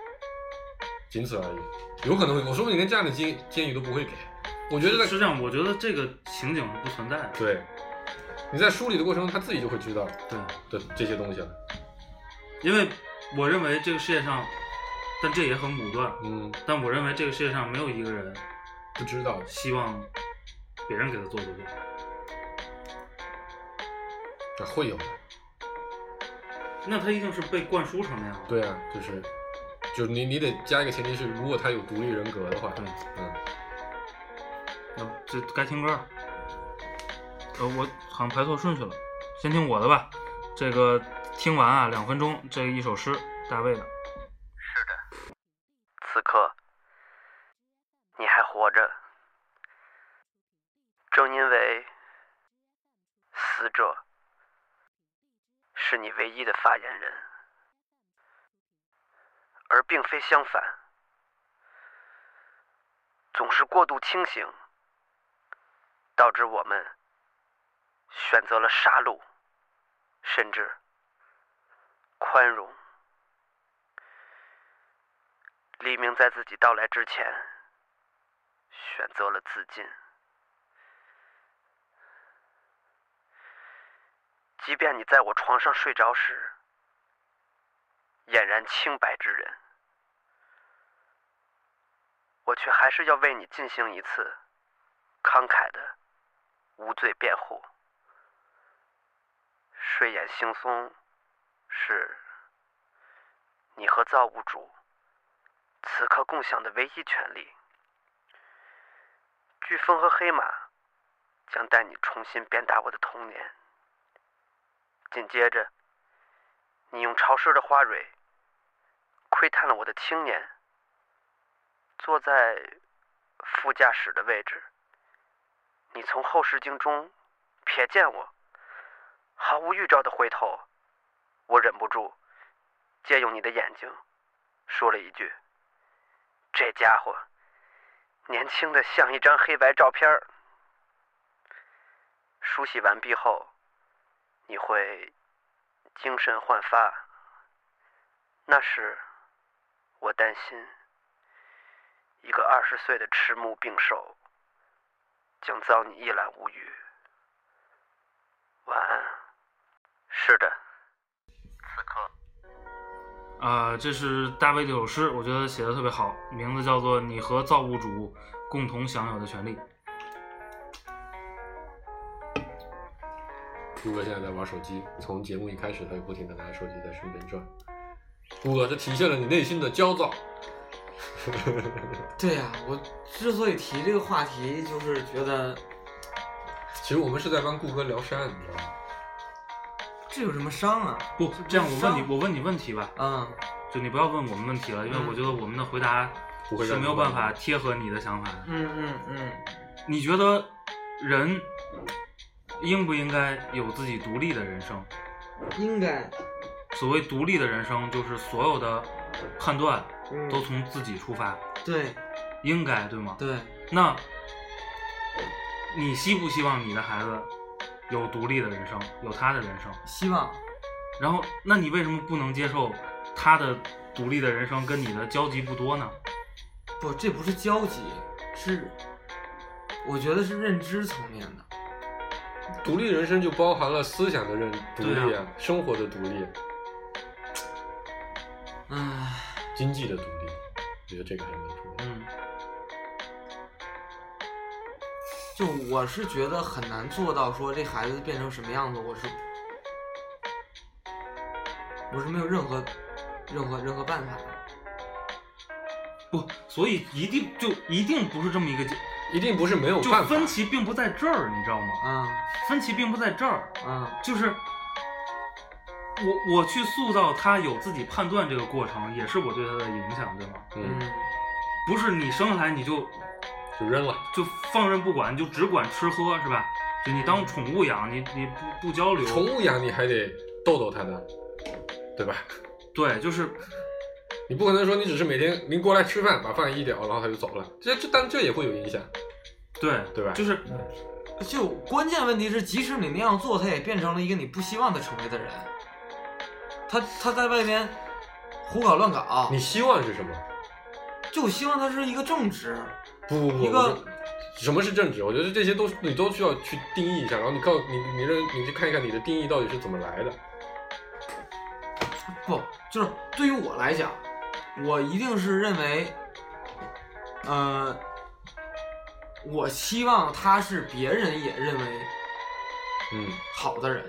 [SPEAKER 3] 仅此而已。有可能会，我说不定连这样的建建议都不会给。我觉得在
[SPEAKER 4] 是这样，我觉得这个情景是不存在的。
[SPEAKER 3] 对，你在梳理的过程中，他自己就会知道
[SPEAKER 4] 对，
[SPEAKER 3] 的这些东西了。
[SPEAKER 4] 因为我认为这个世界上，但这也很武断。
[SPEAKER 3] 嗯，
[SPEAKER 4] 但我认为这个世界上没有一个人
[SPEAKER 3] 不知道。
[SPEAKER 4] 希望别人给他做决定。
[SPEAKER 3] 啊会有的。
[SPEAKER 4] 那他一定是被灌输成那样的。
[SPEAKER 3] 对啊，就是，就是你你得加一个前提是，如果他有独立人格的话，
[SPEAKER 4] 对
[SPEAKER 3] 嗯，
[SPEAKER 4] 那这该听歌儿。呃，我好像排错顺序了，先听我的吧。这个听完啊，两分钟，这一首诗，大卫的。
[SPEAKER 5] 此刻，你还活着，正因为死者是你唯一的发言人，而并非相反。总是过度清醒，导致我们选择了杀戮，甚至宽容。黎明在自己到来之前选择了自尽。即便你在我床上睡着时，俨然清白之人，我却还是要为你进行一次慷慨的无罪辩护。睡眼惺忪是你和造物主。此刻共享的唯一权利。飓风和黑马将带你重新鞭打我的童年。紧接着，你用潮湿的花蕊窥探了我的青年。坐在副驾驶的位置，你从后视镜中瞥见我，毫无预兆的回头，我忍不住借用你的眼睛，说了一句。这家伙年轻的像一张黑白照片儿。梳洗完毕后，你会精神焕发。那时，我担心一个二十岁的迟暮病手将遭你一览无余。晚安。是的，此刻。
[SPEAKER 4] 啊、这是大卫这首诗，我觉得写的特别好，名字叫做《你和造物主共同享有的权利》。
[SPEAKER 3] 顾哥现在在玩手机，从节目一开始他就不停的拿手机在身边转。顾哥，这体现了你内心的焦躁。
[SPEAKER 2] 对呀、我之所以提这个话题，就是觉得
[SPEAKER 3] 其实我们是在帮顾哥疗伤，你知道吗？
[SPEAKER 2] 这有什么伤啊？
[SPEAKER 4] 不，这样我问你，我问你问题吧，
[SPEAKER 2] 嗯，
[SPEAKER 4] 就你不要问我们问题了，因为
[SPEAKER 2] 嗯
[SPEAKER 4] 我觉得我们的回答
[SPEAKER 3] 不会
[SPEAKER 4] 是
[SPEAKER 3] 让
[SPEAKER 4] 没
[SPEAKER 3] 你
[SPEAKER 4] 有
[SPEAKER 3] 问
[SPEAKER 4] 办法
[SPEAKER 3] 的
[SPEAKER 2] 嗯
[SPEAKER 4] 贴合你的想法的。
[SPEAKER 2] 嗯嗯嗯，
[SPEAKER 4] 你觉得人应不应该有自己独立的人生？
[SPEAKER 2] 应该，
[SPEAKER 4] 所谓独立的人生，就是所有的判断
[SPEAKER 2] 嗯，
[SPEAKER 4] 都从自己出发，
[SPEAKER 2] 对
[SPEAKER 4] 应该对吗？
[SPEAKER 2] 对，
[SPEAKER 4] 那，你希不希望你的孩子有独立的人生，有他的人生？
[SPEAKER 2] 希望
[SPEAKER 4] 然后，那你为什么不能接受他的独立的人生跟你的交集不多呢？
[SPEAKER 2] 不，这不是交集，是我觉得是认知层面的。
[SPEAKER 3] 独立人生就包含了思想的认独
[SPEAKER 4] 对啊
[SPEAKER 3] 立啊，生活的独立，
[SPEAKER 2] 唉，
[SPEAKER 3] 经济的独立，我觉得这个还蛮重要的。
[SPEAKER 4] 嗯，
[SPEAKER 2] 就我是觉得很难做到说这孩子变成什么样子，我是我是没有任何任何任何办法的。
[SPEAKER 4] 不，所以一定就一定不是这么一个结，
[SPEAKER 3] 一定不是没有
[SPEAKER 4] 就
[SPEAKER 3] 办法，啊
[SPEAKER 4] 分歧并不在这儿，你知道吗？
[SPEAKER 2] 嗯
[SPEAKER 4] 分歧并不在这儿，
[SPEAKER 2] 嗯
[SPEAKER 4] 就是我我去塑造他有自己判断这个过程，也是我对他的影响，对吗？
[SPEAKER 3] 嗯，
[SPEAKER 2] 嗯，
[SPEAKER 4] 不是你生下来你就
[SPEAKER 3] 就扔了。
[SPEAKER 4] 就放任不管，你就只管吃喝是吧？就你当宠物养，你你不不交流，
[SPEAKER 3] 宠物养你还得逗逗它的，对吧？
[SPEAKER 4] 对，就是
[SPEAKER 3] 你不可能说你只是每天您过来吃饭，把饭一掉，然后它就走了。这这但这也会有影响，
[SPEAKER 4] 对
[SPEAKER 3] 对吧
[SPEAKER 4] 就是
[SPEAKER 2] 就关键问题是，即使你那样做，他也变成了一个你不希望他成为的人。他他在外边胡搞乱搞，
[SPEAKER 3] 你希望是什么？
[SPEAKER 2] 就希望他是一个正直。
[SPEAKER 3] 不不不，
[SPEAKER 2] 一个
[SPEAKER 3] 我觉得什么是正直？我觉得这些都是你都需要去定义一下，然后你告你你认你去看一看你的定义到底是怎么来的。
[SPEAKER 2] 不，就是对于我来讲，我一定是认为，呃，我希望他是别人也认为
[SPEAKER 3] 嗯
[SPEAKER 2] 好的人。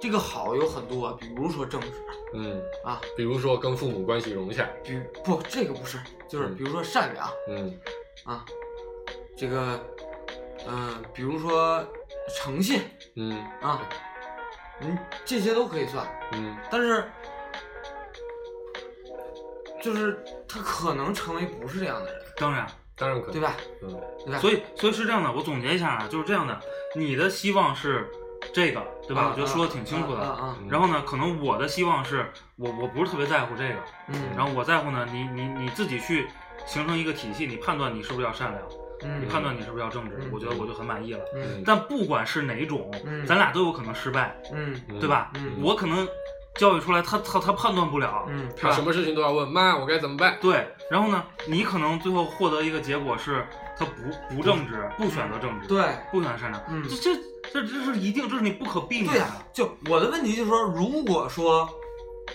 [SPEAKER 2] 这个好有很多，比如说正直
[SPEAKER 3] 嗯，
[SPEAKER 2] 啊，
[SPEAKER 3] 比如说跟父母关系融洽，
[SPEAKER 2] 比不这个不是，就是
[SPEAKER 3] 嗯
[SPEAKER 2] 比如说善良
[SPEAKER 3] 嗯
[SPEAKER 2] 啊，这个，嗯、比如说诚信
[SPEAKER 3] 嗯
[SPEAKER 2] 啊，嗯，这些都可以算。
[SPEAKER 3] 嗯，
[SPEAKER 2] 但是，就是他可能成为不是这样的人，
[SPEAKER 4] 当然，
[SPEAKER 3] 当然可以，
[SPEAKER 2] 对？吧？
[SPEAKER 3] 嗯
[SPEAKER 2] 对吧？
[SPEAKER 4] 所
[SPEAKER 2] 以
[SPEAKER 4] 以所以是这样的，我总结一下啊，就是这样的，你的希望是这个，对
[SPEAKER 3] 啊
[SPEAKER 4] 吧？我觉得说的挺清楚的。
[SPEAKER 2] 啊啊，
[SPEAKER 3] 嗯
[SPEAKER 4] 然后呢，可能我的希望是我我不是特别在乎这个，
[SPEAKER 2] 嗯，
[SPEAKER 4] 然后我在乎呢，你你你自己去形成一个体系，你判断你是不是要善良，
[SPEAKER 2] 嗯
[SPEAKER 4] 你判断你是不是要正直，
[SPEAKER 2] 嗯
[SPEAKER 4] 我觉得我就很满意了。
[SPEAKER 2] 嗯
[SPEAKER 4] 但不管是哪种，
[SPEAKER 2] 嗯
[SPEAKER 4] 咱俩都有可能失败，
[SPEAKER 2] 嗯
[SPEAKER 3] 嗯
[SPEAKER 4] 对？吧？
[SPEAKER 2] 嗯
[SPEAKER 4] 我可能教育出来，他他他判断不了，
[SPEAKER 2] 嗯
[SPEAKER 4] 是
[SPEAKER 3] 他
[SPEAKER 4] 吧
[SPEAKER 3] 什？么事情都要问妈，我该怎么办？
[SPEAKER 4] 对，然后呢，你可能最后获得一个结果是，他不不正直，不选择正直，，
[SPEAKER 2] 对
[SPEAKER 4] 不选择善良，
[SPEAKER 2] 嗯
[SPEAKER 4] 这这这这是一定，这是你不可避免
[SPEAKER 2] 对呀、
[SPEAKER 4] 的。
[SPEAKER 2] 就我的问题就是说，如果说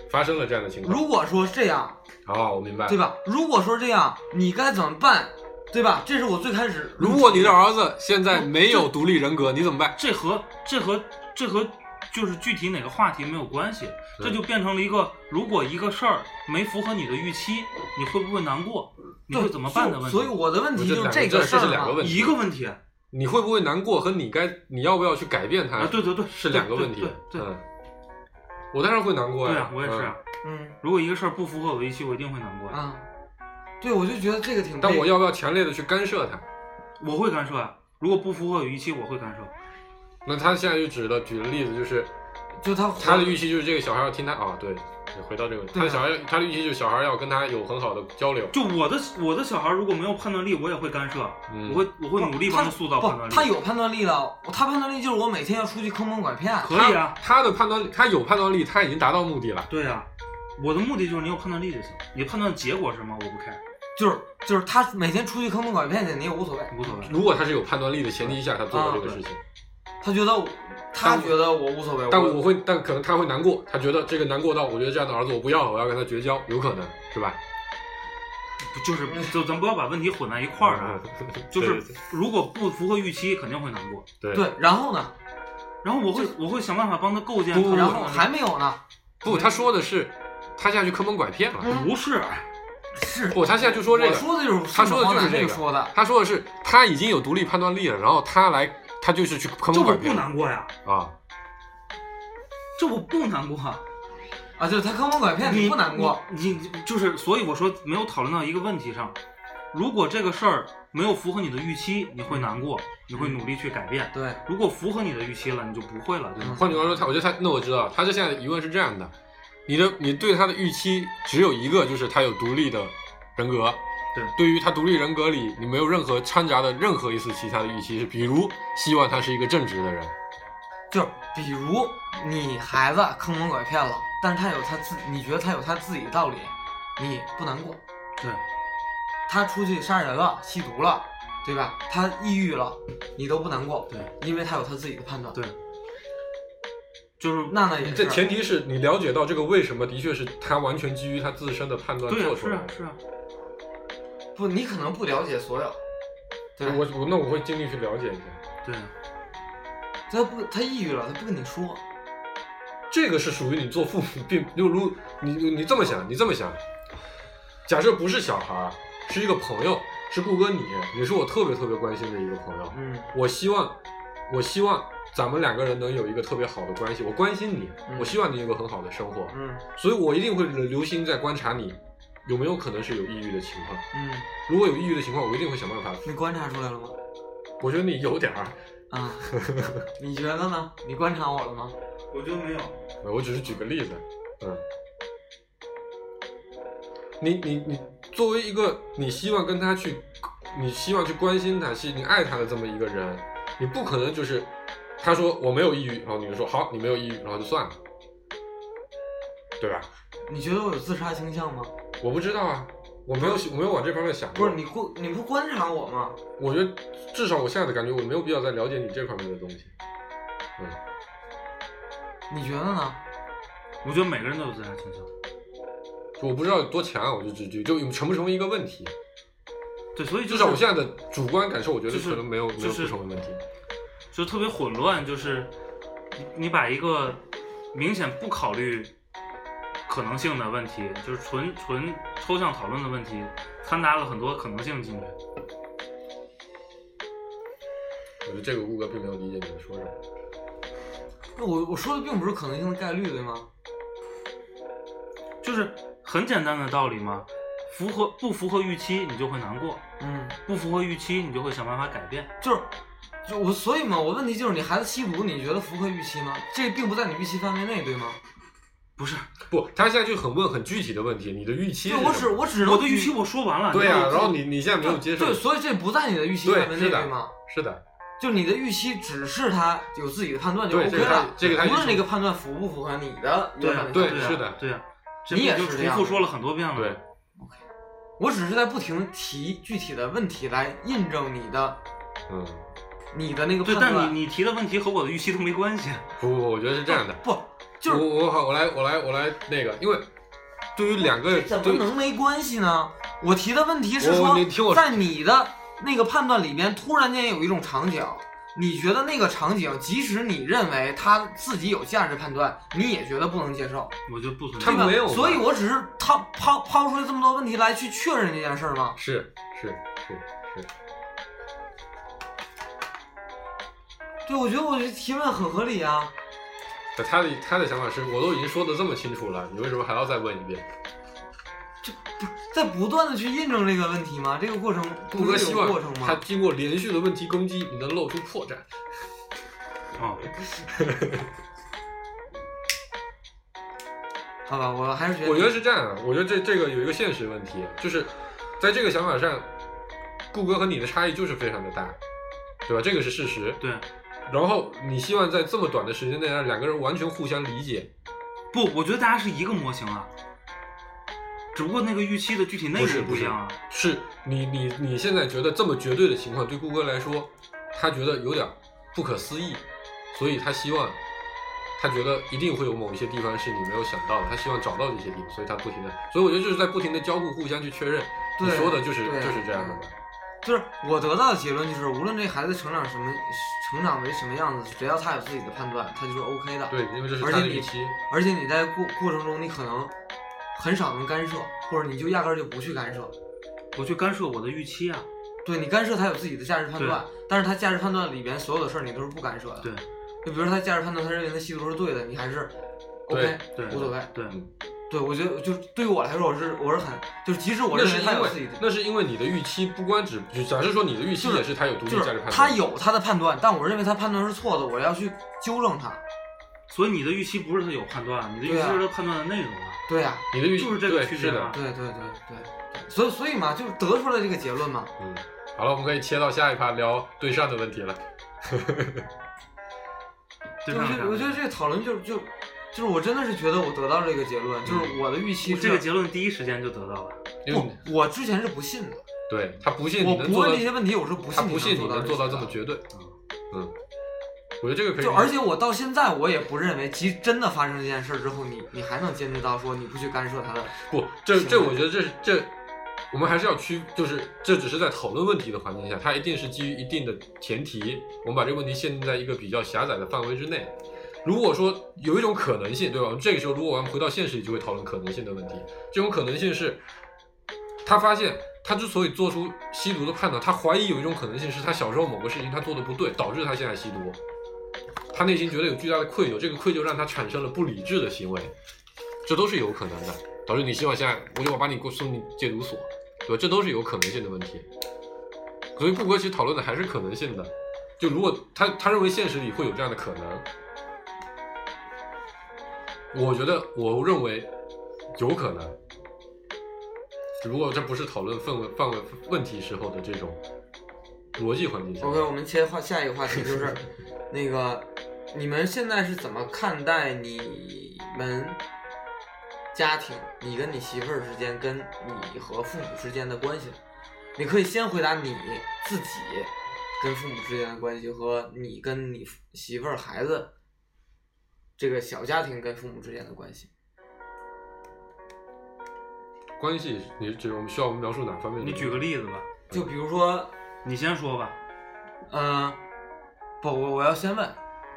[SPEAKER 3] 发生了这样的情况，
[SPEAKER 2] 如果说这样，
[SPEAKER 3] 好，我明白了
[SPEAKER 2] 对。吧？如果说这样，你该怎么办？对吧？这是我最开始。
[SPEAKER 3] 如果你的儿子现在
[SPEAKER 4] 哦
[SPEAKER 3] 没有独立人格，你怎么办？
[SPEAKER 4] 这和这和这和就是具体哪个话题没有关系，
[SPEAKER 3] 对
[SPEAKER 4] 这就变成了一个，如果一个事儿没符合你的预期，你会不会难过？你会
[SPEAKER 2] 对
[SPEAKER 4] 怎么办的问题？
[SPEAKER 2] 所以我的问题
[SPEAKER 3] 不是
[SPEAKER 2] 就是
[SPEAKER 3] 两个
[SPEAKER 2] 个
[SPEAKER 3] 这
[SPEAKER 2] 事儿
[SPEAKER 3] 是两个
[SPEAKER 2] 嘛
[SPEAKER 3] 问题
[SPEAKER 4] 一个问题啊，
[SPEAKER 3] 你会不会难过和你该你要不要去改变他？
[SPEAKER 4] 啊对对对，
[SPEAKER 3] 是两个问题
[SPEAKER 4] 对。对对
[SPEAKER 3] 嗯，我当然会难过呀。
[SPEAKER 4] 对啊，我也是啊。
[SPEAKER 2] 嗯
[SPEAKER 4] 如果一个事儿不符合我的预期，我一定会难过呀，
[SPEAKER 2] 啊，对，我就觉得这个挺悲。
[SPEAKER 3] 嗯但我要不要强烈的去干涉他？
[SPEAKER 2] 嗯
[SPEAKER 4] 我会干涉啊。如果不符合我的预期，我会干涉。
[SPEAKER 3] 那他现在就指了举个例子，就是
[SPEAKER 2] 就他
[SPEAKER 3] 他的预期就是这个小孩要听他啊，对，回到这个问题，他
[SPEAKER 2] 对啊
[SPEAKER 3] 的小孩他的预期就是小孩要跟他有很好的交流。
[SPEAKER 4] 就我的我的小孩如果没有判断力，我也会干涉，
[SPEAKER 3] 嗯
[SPEAKER 4] 我会我会努力帮他塑造判断
[SPEAKER 2] 不，
[SPEAKER 4] 力。
[SPEAKER 2] 他有判断力了。他判断力就是我每天要出去坑蒙拐骗。
[SPEAKER 4] 可以啊，
[SPEAKER 3] 他的判断力，他有判断力，他已经达到目的了。
[SPEAKER 4] 对呀、我的目的就是你有判断力就行，你判断结果是什么我不 care，
[SPEAKER 2] 就是就是他每天出去坑蒙拐骗去，你也无所谓。
[SPEAKER 4] 无所谓。
[SPEAKER 3] 如果他是有判断力的前提下，他
[SPEAKER 4] 啊
[SPEAKER 3] 做了这个事情，
[SPEAKER 2] 他觉得我他
[SPEAKER 3] 但
[SPEAKER 2] 觉得我无所谓，
[SPEAKER 3] 但
[SPEAKER 2] 我
[SPEAKER 3] 我会，但可能他会难过，他觉得这个难过到，我觉得这样的儿子我不要了，我要跟他绝交，有可能是吧？
[SPEAKER 4] 不就是就咱不要把问题混在一块 儿啊，就是如果不符合预期，肯定会难过。
[SPEAKER 3] 对
[SPEAKER 2] 对，然后呢？
[SPEAKER 4] 然后我会我会想办法帮他构建
[SPEAKER 3] 不
[SPEAKER 4] 他的判断力。
[SPEAKER 2] 然后还没有呢？
[SPEAKER 3] 不，他说的是他现在去坑蒙拐骗了。
[SPEAKER 4] 不是，哎
[SPEAKER 2] 是
[SPEAKER 3] 不，他现在就说这
[SPEAKER 2] 我
[SPEAKER 3] 个，
[SPEAKER 2] 说的就是
[SPEAKER 3] 他说的就是
[SPEAKER 2] 顺
[SPEAKER 3] 这
[SPEAKER 2] 着
[SPEAKER 3] 个
[SPEAKER 2] 黄奶奶说的，
[SPEAKER 3] 他说的是他已经有独立判断力了，然后他来，他就是去坑
[SPEAKER 4] 这
[SPEAKER 3] 蒙
[SPEAKER 4] 我
[SPEAKER 3] 拐
[SPEAKER 4] 不
[SPEAKER 3] 骗了
[SPEAKER 4] 难过呀，
[SPEAKER 3] 啊。
[SPEAKER 4] 这我不难过啊。
[SPEAKER 3] 哎
[SPEAKER 2] 啊，就是他坑蒙拐骗，
[SPEAKER 4] 你
[SPEAKER 2] 不难过？
[SPEAKER 4] 你你就是，所以我说没有讨论到一个问题上。如果这个事儿没有符合你的预期，你会难过，你
[SPEAKER 3] 嗯
[SPEAKER 4] 会努力去改变。
[SPEAKER 2] 对，
[SPEAKER 4] 如果符合你的预期了，你就不会了。就是
[SPEAKER 2] 嗯
[SPEAKER 3] 换句话说，他我觉得他那我知道，他这现在的疑问是这样的：你的你对他的预期只有一个，就是他有独立的人格。
[SPEAKER 4] 对
[SPEAKER 3] 对于他独立人格里，你没有任何掺杂的任何一丝其他的预期，是比如希望他是一个正直的人。
[SPEAKER 2] 就是比如你孩子坑蒙拐骗了，但是他有他自，你觉得他有他自己的道理，你不难过。
[SPEAKER 4] 对，
[SPEAKER 2] 他出去杀人了，吸毒了，对吧？他抑郁了，你都不难过，
[SPEAKER 4] 对，
[SPEAKER 2] 因为他有他自己的判断。
[SPEAKER 4] 对就是
[SPEAKER 2] 娜娜也是，
[SPEAKER 3] 这前提是你了解到这个为什么，的确是他完全基于他自身的判断
[SPEAKER 4] 对呀、
[SPEAKER 3] 做出
[SPEAKER 4] 是
[SPEAKER 3] 来
[SPEAKER 4] 啊
[SPEAKER 3] 的。
[SPEAKER 4] 是啊，
[SPEAKER 2] 不，你可能不了解所有，对
[SPEAKER 4] 啊
[SPEAKER 2] 吧？
[SPEAKER 3] 我我那我会尽力去了解一下。
[SPEAKER 4] 对，啊
[SPEAKER 2] 他不，他抑郁了，他不跟你说，
[SPEAKER 3] 这个是属于你做父母并就如你你你这么想，你这么想，假设不是小孩儿，是一个朋友，是顾哥你，你是我特别特别关心的一个朋友，
[SPEAKER 2] 嗯
[SPEAKER 3] 我希望我希望咱们两个人能有一个特别好的关系，我关心你，
[SPEAKER 2] 嗯
[SPEAKER 3] 我希望你有个很好的生活，
[SPEAKER 2] 嗯
[SPEAKER 3] 所以我一定会留心在观察你有没有可能是有抑郁的情况，
[SPEAKER 2] 嗯，
[SPEAKER 3] 如果有抑郁的情况，我一定会想办法。
[SPEAKER 2] 你观察出来了吗？
[SPEAKER 3] 我觉得你有点儿，
[SPEAKER 2] 啊，你觉得呢？你观察我了吗？
[SPEAKER 4] 我觉得没有。
[SPEAKER 3] 呃我只是举个例子，嗯，你你你作为一个你希望跟他去，你希望去关心他，是你爱他的这么一个人，你不可能就是他说我没有抑郁，然后你就说好你没有抑郁，然后就算了，对吧？
[SPEAKER 2] 你觉得我有自杀倾向吗？
[SPEAKER 3] 我不知道啊，我没有我没有往这方面想
[SPEAKER 2] 不
[SPEAKER 3] 过。
[SPEAKER 2] 是你不你不观察我吗？
[SPEAKER 3] 我觉得至少我现在的感觉，我没有必要再了解你这方面的东西。
[SPEAKER 2] 你觉得呢？
[SPEAKER 4] 我觉得每个人都有自杀倾向。
[SPEAKER 3] 就我不知道有多强，我就只就就成不成为一个问题。
[SPEAKER 4] 对，所以就
[SPEAKER 3] 至
[SPEAKER 4] 是
[SPEAKER 3] 少我现在的主观感受，我觉得
[SPEAKER 4] 就是
[SPEAKER 3] 可能没有、
[SPEAKER 4] 就
[SPEAKER 3] 没有
[SPEAKER 4] 是
[SPEAKER 3] 不成为问题。
[SPEAKER 4] 就特别混乱，就是你你把一个明显不考虑可能性的问题，就是纯纯抽象讨论的问题，掺杂了很多可能性进去。
[SPEAKER 3] 我觉得这个顾哥并没有理解你在说什么。
[SPEAKER 2] 那我我说的并不是可能性的概率，对吗？
[SPEAKER 4] 就是很简单的道理嘛，符合不符合预期你就会难过，
[SPEAKER 2] 嗯，
[SPEAKER 4] 不符合预期你就会想办法改变。
[SPEAKER 2] 就是，就我所以嘛，我问题就是你孩子吸毒，你觉得符合预期吗？这并不在你预期范围内，对吗？
[SPEAKER 4] 不是，
[SPEAKER 3] 不，他现在就很问很具体的问题，你的预期是
[SPEAKER 2] 对，
[SPEAKER 3] 什
[SPEAKER 2] 我
[SPEAKER 3] 么？
[SPEAKER 2] 只我只能
[SPEAKER 4] 我的预期我说完了。
[SPEAKER 3] 对呀、
[SPEAKER 4] 你
[SPEAKER 3] 然后你你现在没有接受，
[SPEAKER 2] 对，所以这不在你的预期范围
[SPEAKER 3] 对，
[SPEAKER 2] 内，
[SPEAKER 3] 是
[SPEAKER 2] 对吗
[SPEAKER 3] 的？，是的，
[SPEAKER 2] 就你的预期只是他有自己的判断就
[SPEAKER 3] 对
[SPEAKER 2] OK
[SPEAKER 3] 这个他
[SPEAKER 2] 了，
[SPEAKER 3] 这个他
[SPEAKER 2] 无论
[SPEAKER 3] 已经
[SPEAKER 2] 那个判断符不符合你的
[SPEAKER 4] 对
[SPEAKER 2] 原
[SPEAKER 4] 呀
[SPEAKER 2] 本的
[SPEAKER 3] 对
[SPEAKER 2] 判断
[SPEAKER 4] 呀
[SPEAKER 3] 是的
[SPEAKER 4] 对呀，这
[SPEAKER 2] 你也
[SPEAKER 4] 不就是
[SPEAKER 2] 这
[SPEAKER 4] 重
[SPEAKER 2] 样
[SPEAKER 4] 复
[SPEAKER 2] 的
[SPEAKER 4] 说了很多
[SPEAKER 2] 嗯
[SPEAKER 4] 遍了。
[SPEAKER 3] 对，
[SPEAKER 2] 我只是在不停地提具体的问题来印证你的
[SPEAKER 3] 嗯，
[SPEAKER 2] 你的那个
[SPEAKER 4] 对，
[SPEAKER 2] 判断。
[SPEAKER 4] 但你你提的问题和我的预期都没关系。
[SPEAKER 3] 不不不，我觉得是这样的。
[SPEAKER 2] 不就是
[SPEAKER 3] 我我好，我来我来我来那个，因为对于两
[SPEAKER 2] 这
[SPEAKER 3] 个
[SPEAKER 2] 怎么
[SPEAKER 3] 对哦
[SPEAKER 2] 能没关系呢？我提的问题是说，
[SPEAKER 3] 我你听我说
[SPEAKER 2] 在你的那个判断里边，突然间有一种场景，你觉得那个场景，即使你认为他自己有价值判断，你也觉得不能接受，
[SPEAKER 4] 我觉得不存
[SPEAKER 3] 他
[SPEAKER 4] 在
[SPEAKER 2] 对。吧
[SPEAKER 3] 没有？吧
[SPEAKER 2] 所以我只是他抛抛出来这么多问题来去确认这件事儿吗？
[SPEAKER 3] 是是是是，
[SPEAKER 2] 对，我觉得我这提问很合理啊。
[SPEAKER 3] 可他的他的想法是，我都已经说的这么清楚了，你为什么还要再问一遍？
[SPEAKER 2] 在不断的去印证这个问题吗？这个过程
[SPEAKER 3] 顾
[SPEAKER 2] 不
[SPEAKER 3] 哥
[SPEAKER 2] 是
[SPEAKER 3] 希
[SPEAKER 2] 有过
[SPEAKER 3] 望
[SPEAKER 2] 程
[SPEAKER 3] 他
[SPEAKER 2] 吗？
[SPEAKER 3] 经过连续的问题攻击，你能露出破绽。
[SPEAKER 4] 哦，
[SPEAKER 2] 好吧，我还是觉得
[SPEAKER 3] 我觉得是这样，啊，我觉得这这个有一个现实问题，就是在这个想法上，顾哥和你的差异就是非常的大，对吧？这个是事实。
[SPEAKER 4] 对，
[SPEAKER 3] 然后你希望在这么短的时间内让两个人完全互相理解，
[SPEAKER 4] 不，我觉得大家是一个模型啊，只不过那个预期的具体内
[SPEAKER 3] 不是
[SPEAKER 4] 容
[SPEAKER 3] 不
[SPEAKER 4] 不一
[SPEAKER 3] 是
[SPEAKER 4] 样啊。
[SPEAKER 3] 是你你你现在觉得这么绝对的情况，对顾哥来说，他觉得有点不可思议，所以他希望，他觉得一定会有某一些地方是你没有想到的，他希望找到这些地方，所以他不停的，所以我觉得就是在不停的交互，互相去确认。你
[SPEAKER 2] 对
[SPEAKER 3] 说的就是
[SPEAKER 2] 对
[SPEAKER 3] 就是这样的吧？
[SPEAKER 2] 就是我得到的结论就是，无论这孩子成长什么，成长为什么样子，只要他有自己的判断，他就是 OK 的。
[SPEAKER 3] 对，，因为这是
[SPEAKER 2] 而
[SPEAKER 3] 他
[SPEAKER 2] 且
[SPEAKER 3] 的
[SPEAKER 2] 你
[SPEAKER 3] 预期。
[SPEAKER 2] 而且你在过过程中，你可能很少能干涉，或者你就压根儿就不去干涉。
[SPEAKER 4] 我去干涉我的预期啊。
[SPEAKER 2] 对你干涉，他有自己的价值判断，但是他价值判断里边所有的事儿你都是不干涉的。
[SPEAKER 4] 对，
[SPEAKER 2] 就比如他价值判断，他认为他吸毒是对的，你还是
[SPEAKER 3] 对
[SPEAKER 2] OK，
[SPEAKER 4] 对
[SPEAKER 2] 无所谓。
[SPEAKER 4] 对，
[SPEAKER 3] 嗯
[SPEAKER 2] 对，我觉得就是对于我来说，我是我是很就是，即使我
[SPEAKER 3] 那
[SPEAKER 2] 认为
[SPEAKER 3] 是
[SPEAKER 2] 他
[SPEAKER 3] 因
[SPEAKER 2] 有自己
[SPEAKER 3] 为
[SPEAKER 2] 的，
[SPEAKER 3] 那是因为你的预期不光只，就假设说你的预期
[SPEAKER 2] 就是
[SPEAKER 3] 也是他有独立
[SPEAKER 2] 就
[SPEAKER 3] 价值
[SPEAKER 2] 是
[SPEAKER 3] 判断，
[SPEAKER 2] 他有他的判断，但我认为他判断是错的，我要去纠正他。
[SPEAKER 4] 所以你的预期不是他有判断，你的预期
[SPEAKER 2] 对啊
[SPEAKER 4] 是他判断的内容啊。
[SPEAKER 2] 对呀、
[SPEAKER 3] 你的预
[SPEAKER 4] 就是这个
[SPEAKER 3] 对
[SPEAKER 4] 区别
[SPEAKER 3] 是的
[SPEAKER 4] 嘛，
[SPEAKER 2] 对对对对对，所以所以嘛，就是得出来这个结论嘛。
[SPEAKER 3] 嗯，好了，我们可以切到下一趴聊对善的问题了。
[SPEAKER 4] 对
[SPEAKER 2] 就
[SPEAKER 4] 吧
[SPEAKER 2] 我觉得我觉得这个讨论就就就是我真的是觉得我得到这个结论，就是我的预期
[SPEAKER 4] 嗯我
[SPEAKER 2] 是
[SPEAKER 4] 这个结论第一时间就得到了。
[SPEAKER 3] 因为
[SPEAKER 2] 不
[SPEAKER 3] 你，
[SPEAKER 2] 我之前是不信的，
[SPEAKER 3] 对他不信你
[SPEAKER 2] 我
[SPEAKER 3] 能
[SPEAKER 2] 不
[SPEAKER 3] 做
[SPEAKER 2] 问
[SPEAKER 3] 到
[SPEAKER 2] 这，些问题，我是不
[SPEAKER 3] 他
[SPEAKER 2] 信
[SPEAKER 3] 不信你
[SPEAKER 2] 能
[SPEAKER 3] 能做到
[SPEAKER 2] 到
[SPEAKER 3] 这么
[SPEAKER 2] 绝。
[SPEAKER 3] 绝对。嗯，我觉得这个可以。
[SPEAKER 2] 就而且我到现在我也不认为，其实真的发生这件事儿之后，你你还能坚持到说你不去干涉他的，
[SPEAKER 3] 不，这
[SPEAKER 2] 行
[SPEAKER 3] 这
[SPEAKER 2] 为
[SPEAKER 3] 我觉得这是这，我们还是要区，就是这只是在讨论问题的环境下，它一定是基于一定的前提，我们把这个问题限定在一个比较狭窄的范围之内。如果说有一种可能性，对吧？这个时候，如果我们回到现实里，就会讨论可能性的问题。这种可能性是，他发现他之所以做出吸毒的判断，他怀疑有一种可能性是他小时候某个事情他做的不对，导致他现在吸毒。他内心觉得有巨大的愧疚，这个愧疚让他产生了不理智的行为，这都是有可能的。导致你希望现在我就把你给我送进戒毒所，对吧？这都是有可能性的问题。所以顾哥其实讨论的还是可能性的，就如果他他认为现实里会有这样的可能，我觉得我认为有可能。如果这不是讨论氛围范围问题时候的这种逻辑环境下
[SPEAKER 2] OK，我们切话下一个话题 就是，那个你们现在是怎么看待你们家庭，你跟你媳妇儿之间，跟你和父母之间的关系？你可以先回答你自己跟父母之间的关系和你跟你父媳妇儿、孩子这个小家庭跟父母之间的关系。
[SPEAKER 3] 关系，你是指我们需要我们描述哪方面的？
[SPEAKER 4] 你举个例子吧，
[SPEAKER 2] 就比如说，
[SPEAKER 4] 你先说吧。
[SPEAKER 2] 嗯、不，我我要先问，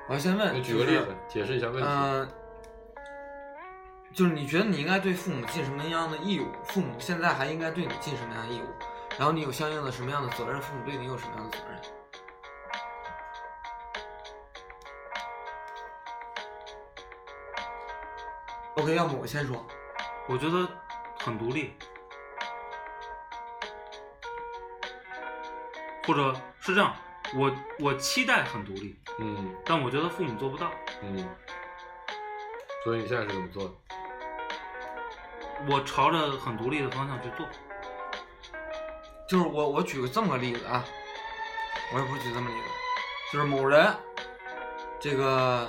[SPEAKER 2] 我要先问，
[SPEAKER 3] 你举个
[SPEAKER 2] 就
[SPEAKER 3] 例
[SPEAKER 2] 是
[SPEAKER 3] 子解释一下问题。
[SPEAKER 4] 呃
[SPEAKER 2] 嗯、就是你觉得你应该对父母尽什么样的义务，父母现在还应该对你尽什么样的义务，然后你有相应的什么样的责任，父母对你有什么样的责任？OK，要么我先说，
[SPEAKER 4] 我觉得很独立，或者是这样，我我期待很独立，
[SPEAKER 3] 嗯
[SPEAKER 4] 但我觉得父母做不到。
[SPEAKER 3] 嗯，所以你现在是怎么做的？
[SPEAKER 4] 我朝着很独立的方向去做。
[SPEAKER 2] 就是我我举个这么个例子啊，我也不是举这么例子，就是某人，这个，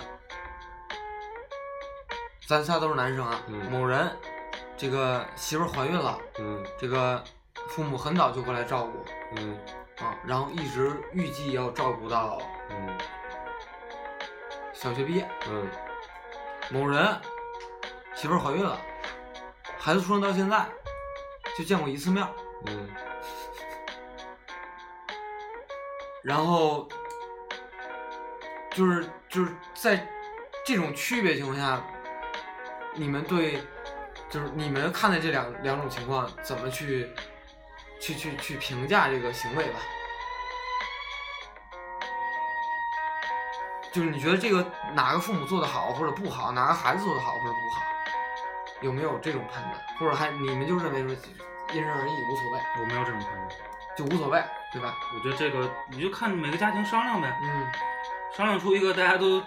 [SPEAKER 2] 咱仨都是男生啊，
[SPEAKER 3] 嗯
[SPEAKER 2] 某人，这个媳妇儿怀孕了，
[SPEAKER 3] 嗯
[SPEAKER 2] 这个父母很早就过来照顾
[SPEAKER 3] 嗯
[SPEAKER 2] 啊，然后一直预计要照顾到
[SPEAKER 3] 嗯
[SPEAKER 2] 小学毕业。
[SPEAKER 3] 嗯
[SPEAKER 2] 某人媳妇儿怀孕了，孩子出生到现在就见过一次面儿，
[SPEAKER 3] 嗯
[SPEAKER 2] 然后就是就是在这种区别情况下，你们对就是你们看待这两两种情况怎么去去去去评价这个行为吧？就是你觉得这个哪个父母做的好或者不好，哪个孩子做的好或者不好，有没有这种判断？或者还你们就认为说因人而异，无所谓，
[SPEAKER 4] 我没有这种判断，
[SPEAKER 2] 就无所谓，对吧？
[SPEAKER 4] 我觉得这个你就看每个家庭商量呗，
[SPEAKER 2] 嗯。
[SPEAKER 4] 商量出一个大家都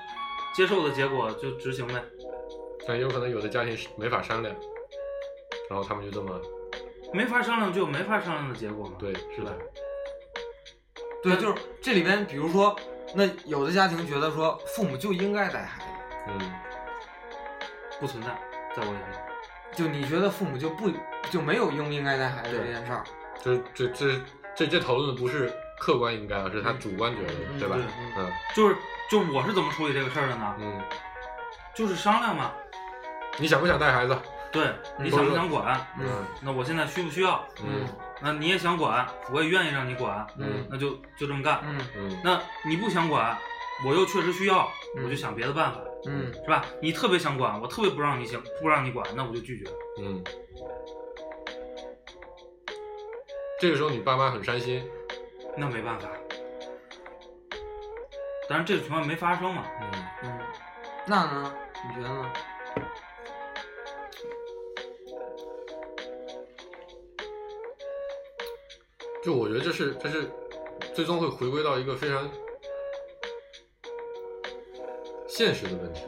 [SPEAKER 4] 接受的结果就执行呗。
[SPEAKER 3] 但也有可能有的家庭是没法商量，然后他们就这么
[SPEAKER 4] 没法商量就有没法商量的结果嘛。
[SPEAKER 3] 对，
[SPEAKER 4] 是
[SPEAKER 3] 是
[SPEAKER 4] 吧
[SPEAKER 3] 的，？
[SPEAKER 2] 对，
[SPEAKER 4] 但
[SPEAKER 2] 就是这里边，比如说，那有的家庭觉得说，父母就应该带孩子，
[SPEAKER 3] 嗯
[SPEAKER 4] 不存在，在我眼里。
[SPEAKER 2] 就你觉得父母就不就没有应不应该带孩子这件事儿，，
[SPEAKER 3] 这这这这这讨论的不是客观应该，而是他主观觉得，
[SPEAKER 2] 嗯
[SPEAKER 3] 对吧？
[SPEAKER 4] 对
[SPEAKER 3] 嗯
[SPEAKER 4] 就是就我是怎么处理这个事儿的呢？
[SPEAKER 3] 嗯，
[SPEAKER 4] 就是商量嘛，
[SPEAKER 3] 你想不想带孩子？啊
[SPEAKER 4] 对
[SPEAKER 2] 嗯
[SPEAKER 4] 你想不想管？
[SPEAKER 2] 嗯
[SPEAKER 4] 那我现在需不需要？
[SPEAKER 3] 嗯
[SPEAKER 4] 那你也想管，我也愿意让你管，
[SPEAKER 2] 嗯
[SPEAKER 4] 那就就这么干。
[SPEAKER 2] 嗯
[SPEAKER 3] 嗯
[SPEAKER 4] 那你不想管，我又确实需要，
[SPEAKER 2] 嗯
[SPEAKER 4] 我就想别的办法，
[SPEAKER 2] 嗯
[SPEAKER 4] 是吧？你特别想管，我特别不让你想不让你管，那我就拒绝。
[SPEAKER 3] 嗯。这个时候你爸妈很伤心，
[SPEAKER 4] 那没办法。当然，这种情况没发生嘛。
[SPEAKER 3] 嗯，
[SPEAKER 2] 嗯，那呢？你觉得呢？
[SPEAKER 3] 就我觉得这是这是最终会回归到一个非常现实的问题，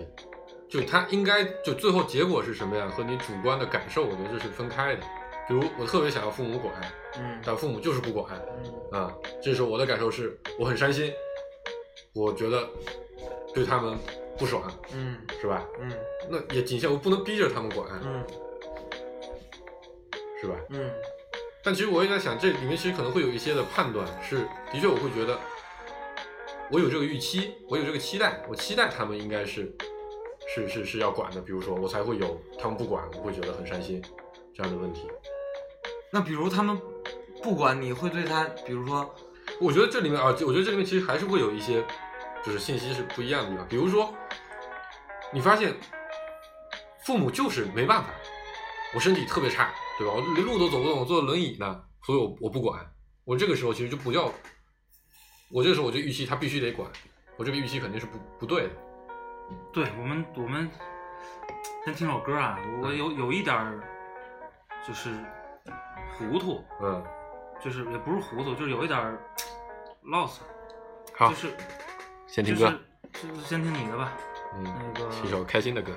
[SPEAKER 3] 就它应该就最后结果是什么样和你主观的感受，我觉得这是分开的。比如我特别想要父母管，
[SPEAKER 2] 嗯
[SPEAKER 3] 但父母就是不管
[SPEAKER 2] 嗯
[SPEAKER 3] 啊，这时候我的感受是我很伤心，我觉得对他们不爽，
[SPEAKER 2] 嗯
[SPEAKER 3] 是吧？
[SPEAKER 2] 嗯
[SPEAKER 3] 那也仅限我不能逼着他们管，
[SPEAKER 2] 嗯
[SPEAKER 3] 是吧？
[SPEAKER 2] 嗯
[SPEAKER 3] 但其实我也在想，这里面其实可能会有一些的判断，是的确我会觉得，我有这个预期，我有这个期待，我期待他们应该是是是是要管的，比如说我才会有他们不管，我会觉得很伤心这样的问题。
[SPEAKER 2] 那比如他们不管你会对他，比如说，
[SPEAKER 3] 我觉得这里面啊，就我觉得这里面其实还是会有一些就是信息是不一样的地方，比如说你发现父母就是没办法，我身体特别差，对吧？我连路都走不动，我坐轮椅呢，所以我我不管。我这个时候其实就不要，我这个时候我就预期他必须得管，我这个预期肯定是不不对的。
[SPEAKER 4] 对我们，我们先听首歌啊。我
[SPEAKER 3] 嗯
[SPEAKER 4] 有有一点儿就是糊涂，
[SPEAKER 3] 嗯，
[SPEAKER 4] 就是也不是糊涂，就是有一点儿 lost，
[SPEAKER 3] 好
[SPEAKER 4] 就是
[SPEAKER 3] 先
[SPEAKER 4] 就是就是先听你的吧。
[SPEAKER 3] 嗯，
[SPEAKER 4] 那个
[SPEAKER 3] 是一首开心的歌。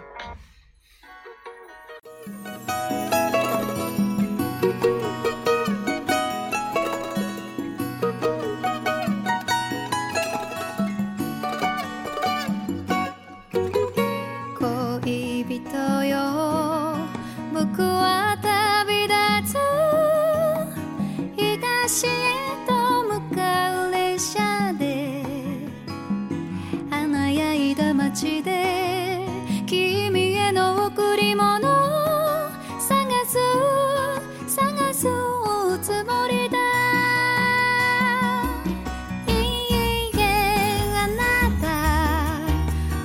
[SPEAKER 6] 恋人よ僕は旅立つ東へと向かう列車で華やいだ街で君への贈り物探す探すつもりだいいえあな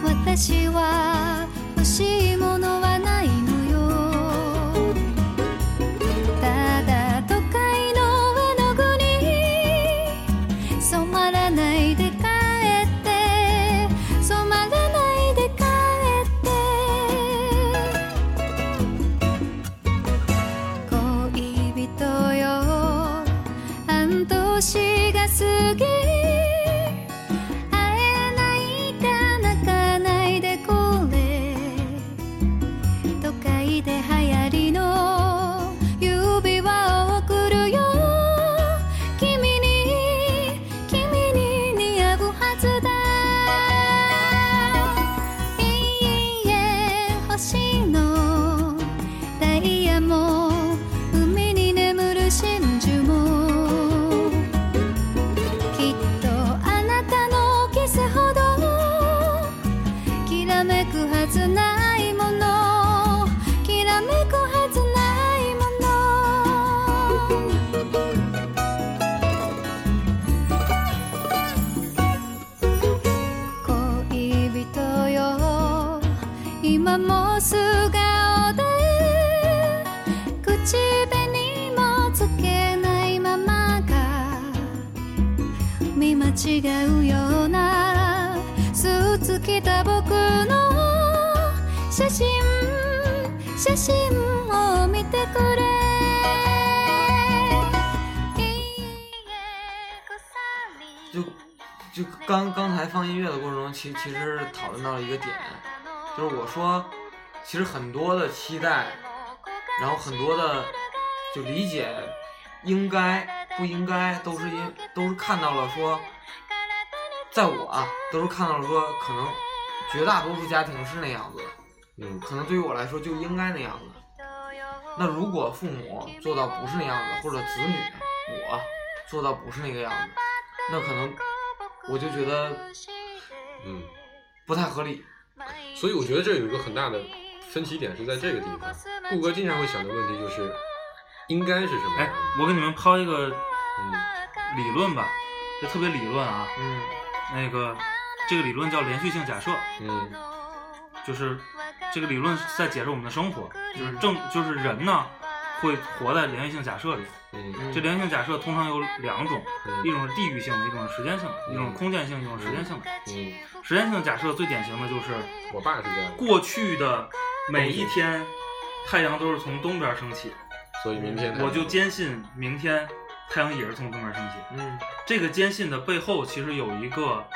[SPEAKER 6] た私は欲しいものはないのよただ都会の絵の具に染まらないで帰って染まらないで帰って恋人よ半年が過ぎ会えないか泣かないでこれ都会で流行りの指輪を贈るよ君に君に似合うはずだいいえ星のダイヤも海に眠る真珠もきっとあなたのキスほどきらめくはずないものきらめくはずないもの恋人よ今も素顔で口紅もつけないままが見間違うようなスーツ着た僕の写真写真を見てくれ
[SPEAKER 2] 就就刚刚才放音乐的过程中，其其实讨论到了一个点，就是我说，其实很多的期待，然后很多的就理解，应该不应该都是因都是看到了说，在我啊都是看到了说，可能绝大多数家庭是那样子的，
[SPEAKER 3] 嗯
[SPEAKER 2] 可能对于我来说就应该那样子。那如果父母做到不是那样子，或者子女我做到不是那个样子，那可能我就觉得
[SPEAKER 3] 嗯，
[SPEAKER 2] 不太合理。
[SPEAKER 3] 所以我觉得这有一个很大的分歧点是在这个地方。顾哥经常会想的问题就是，应该是什么
[SPEAKER 4] 哎
[SPEAKER 3] 样？，
[SPEAKER 4] 我给你们抛一个
[SPEAKER 3] 嗯。
[SPEAKER 4] 理论吧，这特别理论啊。
[SPEAKER 2] 嗯
[SPEAKER 4] 那个这个理论叫连续性假设，
[SPEAKER 3] 嗯
[SPEAKER 4] 就是这个理论是在解释我们的生活，就是正就是人呢会活在连续性假设里。
[SPEAKER 3] 嗯
[SPEAKER 2] 嗯，
[SPEAKER 4] 这连续性假设通常有两种，
[SPEAKER 3] 嗯
[SPEAKER 4] 一种是地域性的，一种是时间性的，
[SPEAKER 3] 嗯
[SPEAKER 4] 一种是空间性，一种是时间性的。
[SPEAKER 3] 嗯，
[SPEAKER 4] 时间性假设最典型的就是
[SPEAKER 3] 我爸是这样的，
[SPEAKER 4] 过去的每一天，太阳都是从东边升起，
[SPEAKER 3] 所以明天
[SPEAKER 4] 我就坚信明天太阳也是从东边升起。
[SPEAKER 2] 嗯
[SPEAKER 4] 这个坚信的背后其实有一个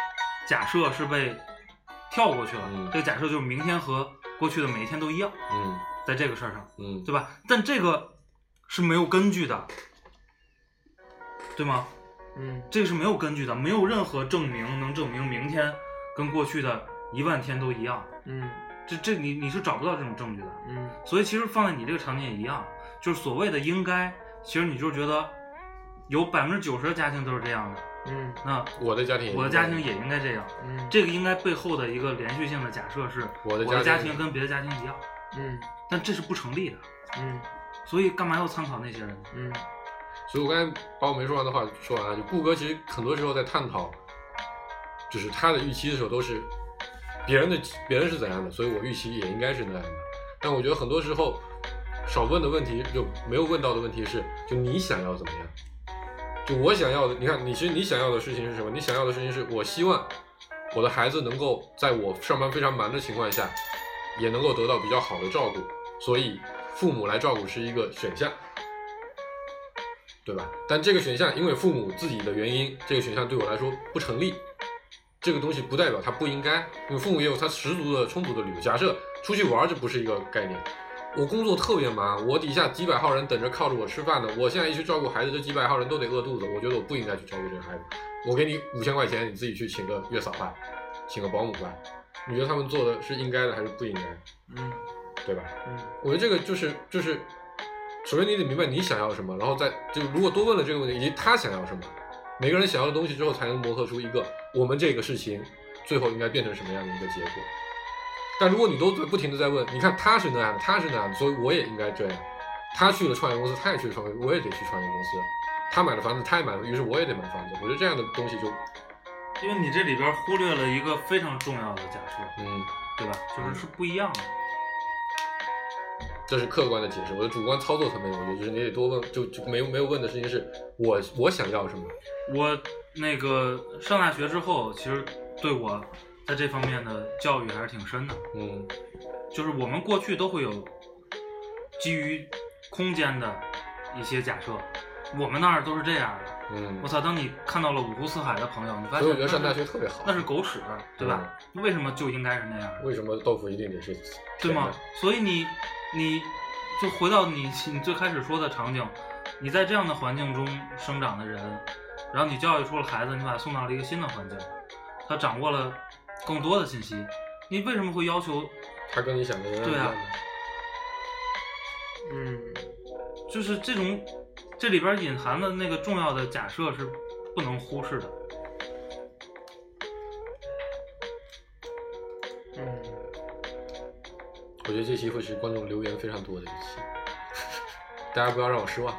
[SPEAKER 4] 假设是被跳过去了，
[SPEAKER 3] 嗯
[SPEAKER 4] 这个假设就是明天和过去的每一天都一样，
[SPEAKER 3] 嗯
[SPEAKER 4] 在这个事儿上，
[SPEAKER 3] 嗯，
[SPEAKER 4] 对吧？但这个是没有根据的，对吗？
[SPEAKER 2] 嗯
[SPEAKER 4] 这个是没有根据的，没有任何证明能证明明天跟过去的一万天都一样，
[SPEAKER 2] 嗯
[SPEAKER 4] 这这你你是找不到这种证据的。
[SPEAKER 2] 嗯
[SPEAKER 4] 所以其实放在你这个场景也一样，就是所谓的应该，其实你就是觉得有百分之九十的家庭都是这样的，
[SPEAKER 2] 嗯
[SPEAKER 4] 那
[SPEAKER 3] 我的家庭，
[SPEAKER 4] 我的家庭也应该这样。
[SPEAKER 2] 嗯
[SPEAKER 4] 这个应该背后的一个连续性的假设是，
[SPEAKER 3] 我的
[SPEAKER 4] 我的
[SPEAKER 3] 家
[SPEAKER 4] 家
[SPEAKER 3] 庭
[SPEAKER 4] 庭跟别的家庭一样，
[SPEAKER 2] 嗯
[SPEAKER 4] 但这是不成立的，
[SPEAKER 2] 嗯
[SPEAKER 4] 所以干嘛要参考那些人呢？
[SPEAKER 2] 嗯
[SPEAKER 3] 所以我刚才把我没说完的话说完了。就顾哥其实很多时候在探讨，就是他的预期的时候都是别人的别人是怎样的，所以我预期也应该是那样的。但我觉得很多时候少问的问题就没有问到的问题是，就你想要怎么样？就我想要的，你看，你其实你想要的事情是什么？你想要的事情是我希望我的孩子能够在我上班非常忙的情况下，也能够得到比较好的照顾，所以父母来照顾是一个选项。对吧？但这个选项因为父母自己的原因，这个选项对我来说不成立。这个东西不代表它不应该，因为父母也有他十足的、充足的理由。假设出去玩，这不是一个概念。我工作特别忙，我底下几百号人等着靠着我吃饭呢。我现在一去照顾孩子，这几百号人都得饿肚子。我觉得我不应该去照顾这个孩子。我给你五千块钱，你自己去请个月嫂吧，请个保姆吧。你觉得他们做的是应该的还是不应该，
[SPEAKER 2] 嗯
[SPEAKER 3] 对吧？
[SPEAKER 2] 嗯
[SPEAKER 3] 我觉得这个就是就是，首先你得明白你想要什么，然后再就如果多问了这个问题，以及他想要什么，每个人想要的东西之后，才能磨合出一个我们这个事情最后应该变成什么样的一个结果。但如果你都在不停的在问，你看他是那样的，他是那样的，所以我也应该这样。他去了创业公司，他也去创业，我也得去创业公司。他买了房子，他也买了，于是我也得买房子。我觉得这样的东西就，
[SPEAKER 4] 因为你这里边忽略了一个非常重要的假设，
[SPEAKER 3] 嗯，
[SPEAKER 4] 对吧？就是是不一样的。
[SPEAKER 3] 这是客观的解释。我的主观操作层面，我觉得就是你得多问，就就没有没有问的事情是我我想要什么，
[SPEAKER 4] 我那个上大学之后，其实对我在这方面的教育还是挺深的。
[SPEAKER 3] 嗯。
[SPEAKER 4] 就是我们过去都会有基于空间的一些假设，我们那儿都是这样的。
[SPEAKER 3] 嗯
[SPEAKER 4] 我，操！当你看到了五湖四海的朋友，你发
[SPEAKER 3] 所以
[SPEAKER 4] 现
[SPEAKER 3] 我觉得上
[SPEAKER 4] 那
[SPEAKER 3] 大
[SPEAKER 4] 是
[SPEAKER 3] 学特别嗯好。
[SPEAKER 4] 那是狗屎，对吧？为什么就应该是那样的？
[SPEAKER 3] 为什么豆腐一定得是甜的？
[SPEAKER 4] 对吗？所以你，你就回到你你最开始说的场景，你在这样的环境中生长的人，然后你教育出了孩子，你把他送到了一个新的环境，他掌握了更多的信息，你为什么会要求？
[SPEAKER 3] 他跟你想的永远一
[SPEAKER 4] 对啊
[SPEAKER 3] 样的。
[SPEAKER 2] 嗯
[SPEAKER 4] 就是这种这里边隐含的那个重要的假设是不能忽视的。
[SPEAKER 2] 嗯，
[SPEAKER 3] 我觉得这期会是观众留言非常多的一期， 大家不要让我失望。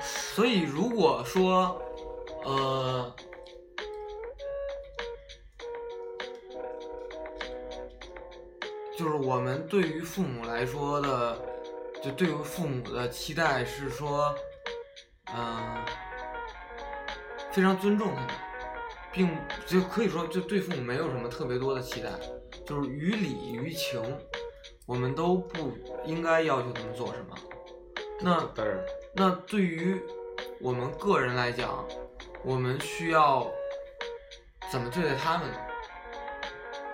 [SPEAKER 2] 所以如果说，呃，就是我们对于父母来说的，就对于父母的期待是说，嗯、非常尊重他们，并就可以说就对父母没有什么特别多的期待，就是于理于情，我们都不应该要求他们做什么。那
[SPEAKER 3] 当然，
[SPEAKER 2] 那对于我们个人来讲，我们需要怎么对待他们呢？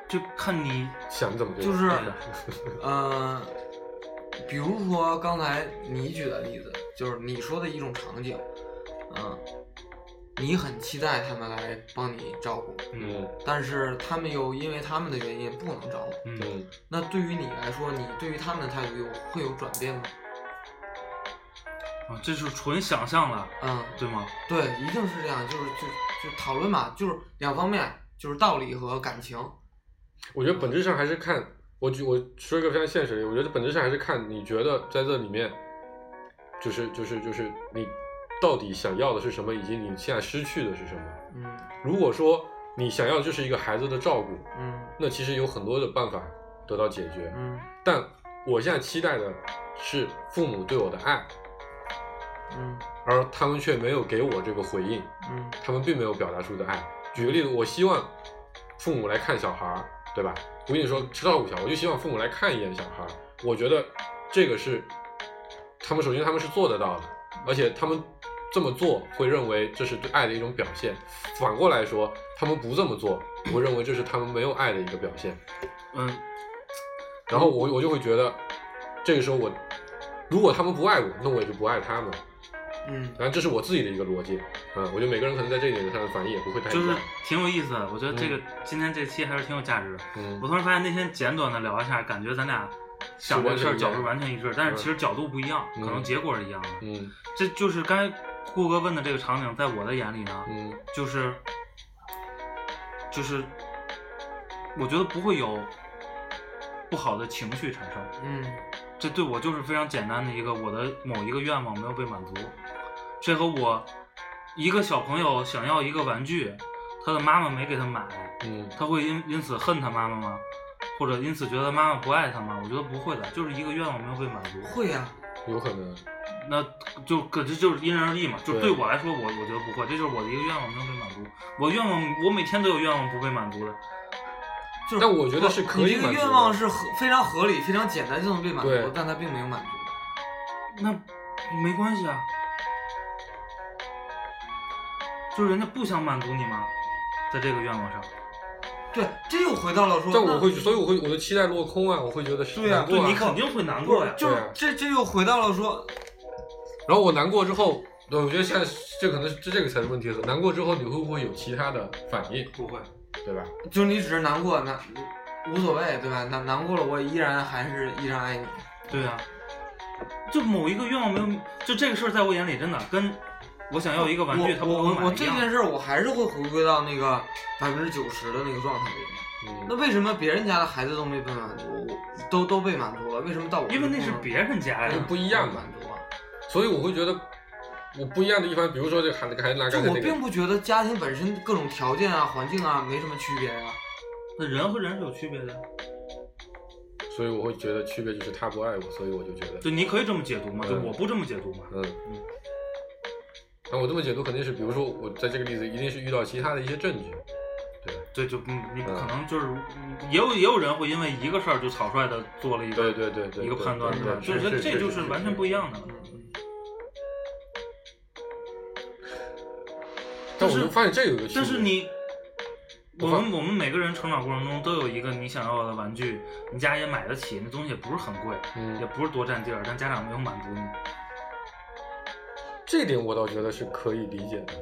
[SPEAKER 4] 就看你
[SPEAKER 3] 想怎么对
[SPEAKER 4] 嗯
[SPEAKER 2] 就是，呃，比如说刚才你举的例子，就是你说的一种场景，嗯、你很期待他们来帮你照顾，
[SPEAKER 3] 嗯
[SPEAKER 2] 但是他们又因为他们的原因不能照顾。
[SPEAKER 4] 嗯，
[SPEAKER 3] 嗯，
[SPEAKER 2] 那对于你来说，你对于他们的态度有会有转变吗？
[SPEAKER 4] 啊，这是纯想象了，
[SPEAKER 2] 嗯，
[SPEAKER 4] 对吗？
[SPEAKER 2] 对，一定是这样，就是就就讨论嘛，就是两方面，就是道理和感情。
[SPEAKER 3] 我觉得本质上还是看我举我说一个非常现实的，我觉得本质上还是看你觉得在这里面，就是就是就是你到底想要的是什么，以及你现在失去的是什么。
[SPEAKER 2] 嗯
[SPEAKER 3] 如果说你想要的就是一个孩子的照顾，
[SPEAKER 2] 嗯
[SPEAKER 3] 那其实有很多的办法得到解决。
[SPEAKER 2] 嗯
[SPEAKER 3] 但我现在期待的是父母对我的爱，
[SPEAKER 2] 嗯
[SPEAKER 3] 而他们却没有给我这个回应，
[SPEAKER 2] 嗯
[SPEAKER 3] 他们并没有表达出的爱。举个例子，我希望父母来看小孩儿，对吧？我跟你说，知道不小孩，我就希望父母来看一眼小孩儿。我觉得这个是他们首先他们是做得到的，而且他们这么做会认为这是对爱的一种表现，反过来说，他们不这么做，我会认为这是他们没有爱的一个表现。
[SPEAKER 4] 嗯，
[SPEAKER 3] 然后我我就会觉得，这个时候我如果他们不爱我，那我也就不爱他们。
[SPEAKER 2] 嗯，
[SPEAKER 3] 然后这是我自己的一个逻辑，嗯，我觉得每个人可能在这一点上的反应也不会太
[SPEAKER 4] 就
[SPEAKER 3] 一
[SPEAKER 4] 是
[SPEAKER 3] 样。
[SPEAKER 4] 挺有意思的。我觉得这个、今天这期还是挺有价值的。
[SPEAKER 3] 嗯
[SPEAKER 4] 我，突然发现那天简短的聊一下，感觉咱俩想这事儿角度完全一致，但是其实角度不一样，
[SPEAKER 3] 嗯
[SPEAKER 4] 可能结果是一样的。
[SPEAKER 3] 嗯
[SPEAKER 4] 这就是刚才顾哥问的这个场景，在我的眼里呢，
[SPEAKER 3] 嗯
[SPEAKER 4] 就是就是，我觉得不会有不好的情绪产生。
[SPEAKER 2] 嗯，
[SPEAKER 4] 这对我就是非常简单的一个我的某一个愿望没有被满足，这和我一个小朋友想要一个玩具，他的妈妈没给他买，
[SPEAKER 3] 嗯
[SPEAKER 4] 他会因因此恨他妈妈吗？或者因此觉得妈妈不爱他吗？我觉得不会的，就是一个愿望没有被满足，
[SPEAKER 2] 会呀、
[SPEAKER 3] 有可能，
[SPEAKER 4] 那就可这就是因人而异嘛。就
[SPEAKER 3] 对
[SPEAKER 4] 对我来说，我我觉得不会，这就是我的一个愿望没有被满足。我愿望我每天都有愿望不被满足的，
[SPEAKER 2] 就是
[SPEAKER 3] 但我觉得是可以
[SPEAKER 2] 你这个
[SPEAKER 3] 满足的
[SPEAKER 2] 愿望是合非常合理、非常简单就能被满
[SPEAKER 3] 对
[SPEAKER 2] 足，但它并没有满足。
[SPEAKER 4] 那没关系啊，就是人家不想满足你吗？在这个愿望上，
[SPEAKER 2] 对，这又回到了说，
[SPEAKER 3] 但我
[SPEAKER 2] 那
[SPEAKER 3] 会，所以我会我的期待落空啊，我会觉得是
[SPEAKER 2] 对啊
[SPEAKER 3] 难过
[SPEAKER 4] 对
[SPEAKER 3] 啊
[SPEAKER 4] 你肯定会难
[SPEAKER 2] 不
[SPEAKER 4] 过
[SPEAKER 2] 是
[SPEAKER 4] 呀，。
[SPEAKER 2] 就是
[SPEAKER 3] 对啊
[SPEAKER 2] 这这又回到了说，
[SPEAKER 3] 然后我难过之后，对我觉得现在这可能是这这个才是问题的。难过之后，你会不会有其他的反应，
[SPEAKER 4] 不会，
[SPEAKER 3] 对吧？
[SPEAKER 2] 就是你只是难过，难无所谓，对吧？难难过了，我依然还是依然爱你。
[SPEAKER 4] 对啊，就某一个愿望没有，就这个事儿在我眼里真的跟我想要一个玩具，他
[SPEAKER 2] 我我
[SPEAKER 4] 不给
[SPEAKER 2] 我
[SPEAKER 4] 买
[SPEAKER 2] 我
[SPEAKER 4] 一
[SPEAKER 2] 这
[SPEAKER 4] 样
[SPEAKER 2] 件事儿，我还是会回归到那个百分之九十的那个状态里面。那
[SPEAKER 3] 嗯，
[SPEAKER 2] 为什么别人家的孩子都没被满足，我都都被满足了？为什么到我
[SPEAKER 4] 因为
[SPEAKER 2] 这
[SPEAKER 4] 那是
[SPEAKER 2] 嗯不能
[SPEAKER 4] 别人家呀
[SPEAKER 3] 就，不一样嘛
[SPEAKER 2] 满足啊？
[SPEAKER 3] 所以我会觉得我不一样的地方，比如说这个孩子还是拿
[SPEAKER 2] 就
[SPEAKER 3] 刚才
[SPEAKER 2] 我
[SPEAKER 3] 那
[SPEAKER 2] 并
[SPEAKER 3] 个，
[SPEAKER 2] 不觉得家庭本身各种条件啊、环境啊没什么区别呀、
[SPEAKER 4] 那人和人是有区别的。
[SPEAKER 3] 所以我会觉得区别就是他不爱我，所以我就觉得，
[SPEAKER 4] 就你可以这么解读嘛，就
[SPEAKER 3] 嗯
[SPEAKER 4] 我不这么解读嘛。
[SPEAKER 3] 嗯。那我这么解读肯定是，比如说我在这个例子一定是遇到其他的一些证据，对吧？
[SPEAKER 4] 对，就嗯你不
[SPEAKER 3] 嗯
[SPEAKER 4] 可能就是，嗯也有也有人会因为一个事儿就草率的做了一个
[SPEAKER 3] 对对对对，
[SPEAKER 4] 一个判断
[SPEAKER 3] 对
[SPEAKER 4] 对吧？
[SPEAKER 3] 对
[SPEAKER 4] 就是这这就是是完全不一样
[SPEAKER 2] 嗯
[SPEAKER 4] 的了。
[SPEAKER 3] 但我就发现这有一个区别，
[SPEAKER 4] 但是你，
[SPEAKER 3] 我
[SPEAKER 4] 我
[SPEAKER 3] 发
[SPEAKER 4] 们我们每个人成长过程中都有一个你想要的玩具，你家也买得起，那东西也不是很贵，也
[SPEAKER 3] 嗯，
[SPEAKER 4] 不是多占地儿，但家长没有满足你。
[SPEAKER 3] 这点我倒觉得是可以理解的。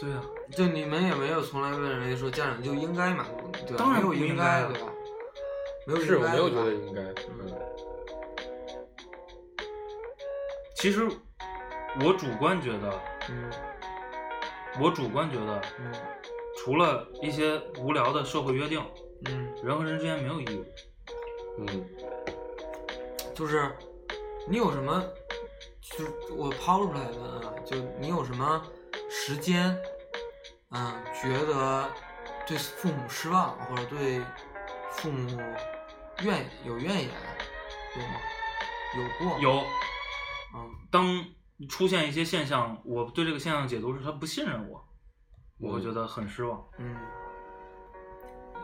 [SPEAKER 4] 对啊，
[SPEAKER 2] 就你们也没有从来认为说家长就应该满足你，对吧？
[SPEAKER 4] 当然
[SPEAKER 2] 没有
[SPEAKER 4] 不应
[SPEAKER 2] 应
[SPEAKER 4] 该
[SPEAKER 2] 该，
[SPEAKER 4] 啊
[SPEAKER 2] 对吧？没有
[SPEAKER 3] 是
[SPEAKER 2] 应
[SPEAKER 3] 我
[SPEAKER 2] 该
[SPEAKER 3] 没有
[SPEAKER 2] 对
[SPEAKER 3] 觉
[SPEAKER 2] 吧
[SPEAKER 3] 得应该，嗯
[SPEAKER 4] 其实我主观觉得，
[SPEAKER 2] 嗯
[SPEAKER 4] 我主观觉得，
[SPEAKER 2] 嗯
[SPEAKER 4] 除了一些无聊的社会约定，
[SPEAKER 2] 嗯，
[SPEAKER 4] 人和人之间没有义务。
[SPEAKER 3] 嗯
[SPEAKER 2] 就是你有什么，就是我抛出来问啊，就你有什么时间，嗯，觉得对父母失望或者对父母怨有怨言，有吗？有过？，
[SPEAKER 4] 有，
[SPEAKER 2] 嗯
[SPEAKER 4] 当出现一些现象，我对这个现象的解读是他不信任我，我会
[SPEAKER 3] 嗯
[SPEAKER 4] 觉得很失望。
[SPEAKER 2] 嗯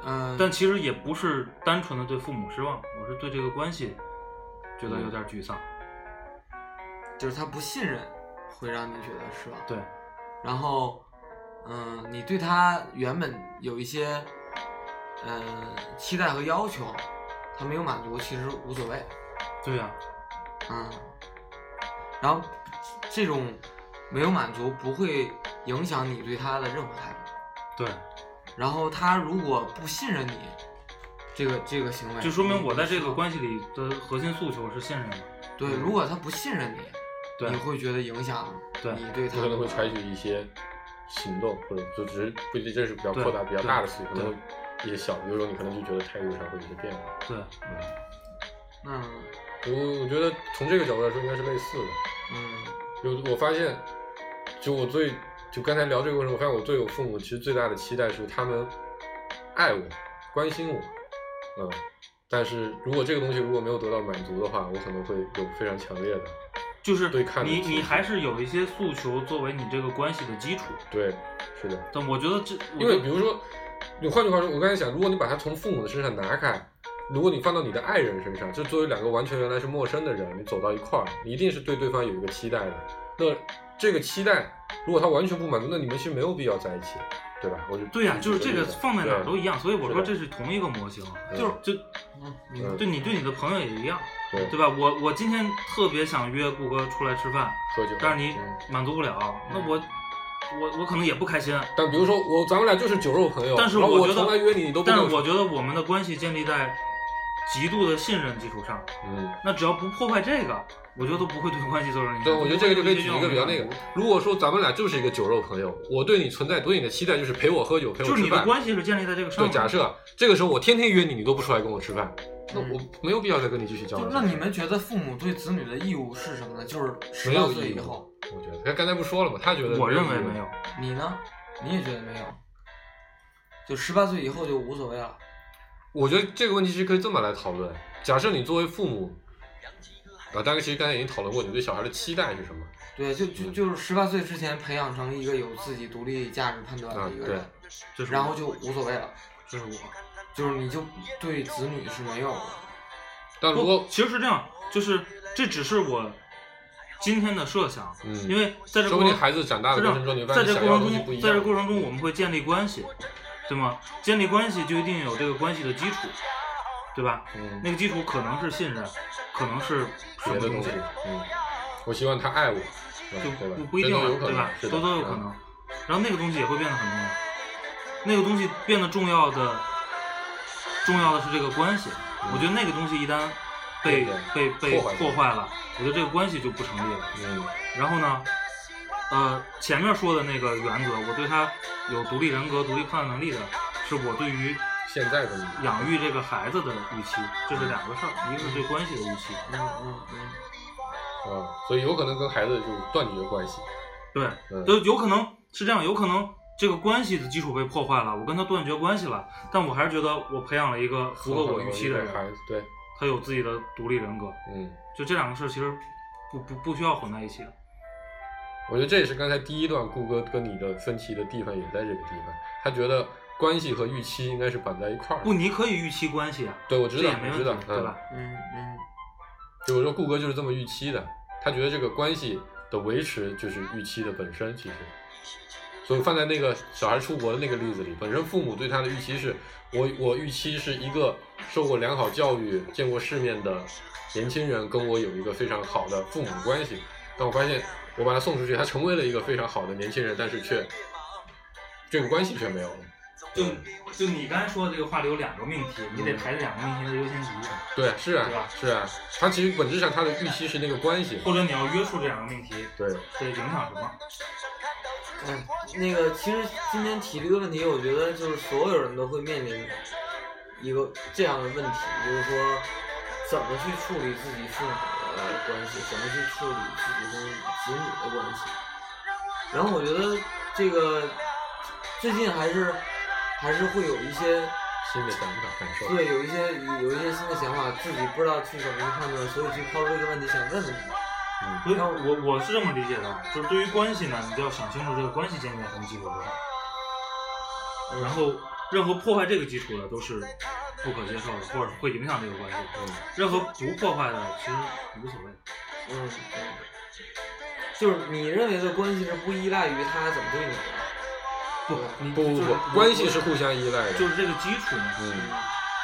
[SPEAKER 2] 嗯，
[SPEAKER 4] 但其实也不是单纯的对父母失望，我是对这个关系觉得有点沮丧。
[SPEAKER 2] 就是他不信任会让你觉得失望。
[SPEAKER 4] 对，
[SPEAKER 2] 然后，嗯，你对他原本有一些，嗯，期待和要求，他没有满足，其实无所谓，
[SPEAKER 4] 对呀、
[SPEAKER 2] 嗯。然后，这种没有满足不会影响你对他的任何态度。
[SPEAKER 4] 对，
[SPEAKER 2] 然后他如果不信任你，这个这个行为，
[SPEAKER 4] 就说明我在这个
[SPEAKER 2] 系
[SPEAKER 4] 关系里的核心诉求是信任的。
[SPEAKER 2] 对，如果他不信任你，
[SPEAKER 4] 对
[SPEAKER 2] 你会觉得影响
[SPEAKER 4] 对
[SPEAKER 2] 你对他的
[SPEAKER 3] 你可能会采取一些行动，或者就只是不一定这是比较扩大、比
[SPEAKER 4] 对
[SPEAKER 3] 较大的事情，可
[SPEAKER 4] 对
[SPEAKER 3] 能一些小，比如说你可能就觉得态度上会有一些变化。
[SPEAKER 4] 对，
[SPEAKER 2] 嗯
[SPEAKER 3] 我我觉得从这个角度来说，应该是类似的。
[SPEAKER 2] 嗯
[SPEAKER 3] 就我发现，就我最就刚才聊这个过程，我发现我对我父母其实最大的期待是他们爱我、关心我，嗯。但是如果这个东西如果没有得到满足的话，我可能会有非常强烈的
[SPEAKER 4] 就是
[SPEAKER 3] 对看的
[SPEAKER 4] 你
[SPEAKER 3] 情
[SPEAKER 4] 你
[SPEAKER 3] 绪
[SPEAKER 4] 还是有一些诉求作为你这个关系的基础。
[SPEAKER 3] 对，是的。
[SPEAKER 4] 但我觉得这，我
[SPEAKER 3] 因为
[SPEAKER 4] 觉
[SPEAKER 3] 比
[SPEAKER 4] 得
[SPEAKER 3] 如说，你换句话说，我刚才想，如果你把它从父母的身上拿开，如果你放到你的爱人身上，就作为两个完全原来是陌生的人，你走到一块儿，你一定是对对方有一个期待的。那这个期待，如果他完全不满足，那你们是没有必要在一起，对吧？我就
[SPEAKER 4] 对呀、就是这个放在哪儿都一样，所以我
[SPEAKER 3] 是
[SPEAKER 4] 说这是同一个模型，
[SPEAKER 3] 对
[SPEAKER 4] 就是就
[SPEAKER 3] 嗯
[SPEAKER 2] 嗯，
[SPEAKER 4] 对你对你的朋友也一样，
[SPEAKER 3] 对
[SPEAKER 4] 对吧？我我今天特别想约顾哥出来吃饭，
[SPEAKER 3] 喝酒，
[SPEAKER 4] 但是你
[SPEAKER 3] 嗯
[SPEAKER 4] 满足不了，那我我我可能也不开心，
[SPEAKER 3] 但比如说我，咱们俩就是酒肉朋友，
[SPEAKER 4] 但是
[SPEAKER 3] 然后我
[SPEAKER 4] 觉得
[SPEAKER 3] 从来约你，你都不
[SPEAKER 4] 但
[SPEAKER 3] 能
[SPEAKER 4] 是我觉得我们的关系建立在极度的信任基础上，
[SPEAKER 3] 嗯，
[SPEAKER 4] 那只要不破坏这个，我觉得都不会对关系造成影响。
[SPEAKER 3] 对，我觉得这个就可以举一个比较那
[SPEAKER 4] 不
[SPEAKER 3] 个
[SPEAKER 4] 会对这。
[SPEAKER 3] 如果说咱们俩就是一个酒肉朋友，我对你存在对你的期待就是陪我喝酒，陪
[SPEAKER 4] 就
[SPEAKER 3] 我
[SPEAKER 4] 是
[SPEAKER 3] 吃
[SPEAKER 4] 你的
[SPEAKER 3] 饭。
[SPEAKER 4] 关系是建立在这个上
[SPEAKER 3] 对，
[SPEAKER 4] 面。
[SPEAKER 3] 假设这个时候我天天约你，你都不出来跟我吃饭，那
[SPEAKER 2] 嗯
[SPEAKER 3] 我没有必要再跟你继续交
[SPEAKER 2] 就
[SPEAKER 3] 往。
[SPEAKER 2] 那你们，觉得父母对子女的义务是什么呢？就是十
[SPEAKER 3] 没
[SPEAKER 2] 八
[SPEAKER 3] 有
[SPEAKER 2] 岁
[SPEAKER 3] 义务
[SPEAKER 2] 以后，
[SPEAKER 3] 我觉得他刚才不说了吗？他觉得
[SPEAKER 4] 我认为
[SPEAKER 3] 义务
[SPEAKER 4] 没有，，
[SPEAKER 2] 你呢？你也觉得没有？就十八岁以后就无所谓了。
[SPEAKER 3] 我觉得这个问题是可以这么来讨论。假设你作为父母，啊，大概其实刚才已经讨论过，你对小孩的期待是什么？
[SPEAKER 2] 对，就
[SPEAKER 3] 嗯
[SPEAKER 2] 就就是十八岁之前培养成一个有自己独立价值判断
[SPEAKER 3] 啊
[SPEAKER 2] 的一个
[SPEAKER 3] 对
[SPEAKER 2] 人，
[SPEAKER 4] 这是我
[SPEAKER 2] 然后就无所谓了，
[SPEAKER 4] 这是我。
[SPEAKER 2] 就是你就对子女是没有
[SPEAKER 3] 但如
[SPEAKER 4] 不
[SPEAKER 3] 果，
[SPEAKER 4] 其实是这样，就是这只是我今天的设想，
[SPEAKER 3] 嗯
[SPEAKER 4] 因为在这
[SPEAKER 3] 说
[SPEAKER 4] 过
[SPEAKER 3] 不定
[SPEAKER 4] 程
[SPEAKER 3] 孩子长大
[SPEAKER 4] 在
[SPEAKER 3] 的
[SPEAKER 4] 这
[SPEAKER 3] 过程中，你发
[SPEAKER 4] 在
[SPEAKER 3] 现你
[SPEAKER 4] 这
[SPEAKER 3] 想
[SPEAKER 4] 过
[SPEAKER 3] 要的
[SPEAKER 4] 程
[SPEAKER 3] 东西不
[SPEAKER 4] 中，
[SPEAKER 3] 一
[SPEAKER 4] 在
[SPEAKER 3] 样
[SPEAKER 4] 这。过程中我们会建立关系，对吗？建立关系就一定有这个关系的基础，对吧？
[SPEAKER 3] 嗯
[SPEAKER 4] 那个基础可能是信任，可能是什
[SPEAKER 3] 别
[SPEAKER 4] 么
[SPEAKER 3] 的东
[SPEAKER 4] 东
[SPEAKER 3] 西
[SPEAKER 4] 西，，
[SPEAKER 3] 嗯，我希望他爱我，
[SPEAKER 4] 就
[SPEAKER 3] 对吧
[SPEAKER 4] 不？不一定
[SPEAKER 3] 这都有
[SPEAKER 4] 了，
[SPEAKER 3] 可
[SPEAKER 4] 对吧
[SPEAKER 3] 能，？是的嗯
[SPEAKER 4] 都都有可能。。然后那个东西也会变得很重要，那个东西变得重要的，重要的是这个关系。我觉得那个东西一旦被
[SPEAKER 3] 对
[SPEAKER 4] 被
[SPEAKER 3] 嗯
[SPEAKER 4] 被
[SPEAKER 3] 破坏了
[SPEAKER 4] 破坏了，我觉得这个关系就不成立了。
[SPEAKER 3] 嗯
[SPEAKER 4] 然后呢，呃，前面说的那个原则，我对他有独立人格、独立判断能力的，是我对于
[SPEAKER 3] 现在的你，
[SPEAKER 4] 养育这个孩子的预期，这是两个事儿，一个是对关系的预期，
[SPEAKER 2] 嗯嗯嗯，
[SPEAKER 3] 嗯，所以有可能跟孩子就断绝关系。
[SPEAKER 4] 对，
[SPEAKER 3] 嗯，
[SPEAKER 4] 就有可能是这样，有可能这个关系的基础被破坏了，我跟他断绝关系了，但我还是觉得我培养了一个符合我预期的
[SPEAKER 3] 孩
[SPEAKER 4] 人，
[SPEAKER 3] 子，对，
[SPEAKER 4] 他有自己的独立人格，
[SPEAKER 3] 嗯，
[SPEAKER 4] 就这两个事儿其实不不不需要混在一起的。
[SPEAKER 3] 我觉得这也是刚才第一段顾哥跟你的分歧的地方，也在这个地方。他觉得关系和预期应该是绑在一块儿的。
[SPEAKER 4] 不，你可以预期关系啊，
[SPEAKER 3] 对我
[SPEAKER 4] 这
[SPEAKER 3] 知道
[SPEAKER 4] 也，没
[SPEAKER 3] 我
[SPEAKER 4] 问
[SPEAKER 3] 知道
[SPEAKER 4] 题，，对
[SPEAKER 3] 嗯
[SPEAKER 4] 吧？？
[SPEAKER 2] 嗯嗯，
[SPEAKER 3] 就我说顾哥就是这么预期的，他觉得这个关系的维持就是预期的本身，其实。所以放在那个小孩出国的那个例子里，本身父母对他的预期是，我我预期是一个受过良好教育、见过世面的年轻人跟我有一个非常好的父母关系，但我发现我把他送出去，他成为了一个非常好的年轻人，但是却这个关系却没有了。
[SPEAKER 4] 就就你刚才说的这个话里有两个命题，你得排这两个命题的优先级，
[SPEAKER 3] 对，是啊
[SPEAKER 4] 对吧，
[SPEAKER 3] 是啊，他其实本质上他的预期是那个关系。
[SPEAKER 4] 或者你要约束这两个命题
[SPEAKER 3] 对，
[SPEAKER 4] 对影响什么？
[SPEAKER 2] 嗯，那个其实今天提这个问题，我觉得就是所有人都会面临一个这样的问题，就是说怎么去处理自己父母的关系，怎么去处理自己跟子女的关系。然后我觉得这个最近还是还是会有一些
[SPEAKER 3] 新的想法感受。
[SPEAKER 2] 对，有一些有一些新的想法，自己不知道去怎么去判断，所以去抛出这个问题想问问你。
[SPEAKER 3] 嗯。
[SPEAKER 4] 所以我我是这么理解的，就是对于关系呢，你就要想清楚这个关系建立在什么基础之上，
[SPEAKER 2] 嗯
[SPEAKER 4] 然后任何破坏这个基础的都是不可接受的，或者是会影响这个关系。
[SPEAKER 3] 嗯
[SPEAKER 4] 任何不破坏的其实无所谓。
[SPEAKER 2] 嗯，嗯，就是你认为的关系是不依赖于他怎么对你的，
[SPEAKER 4] 不
[SPEAKER 2] 对
[SPEAKER 4] 你
[SPEAKER 3] 不嗯不
[SPEAKER 4] 就是
[SPEAKER 3] 不，关系是互相依赖的。
[SPEAKER 4] 就是这个基础嘛。
[SPEAKER 3] 嗯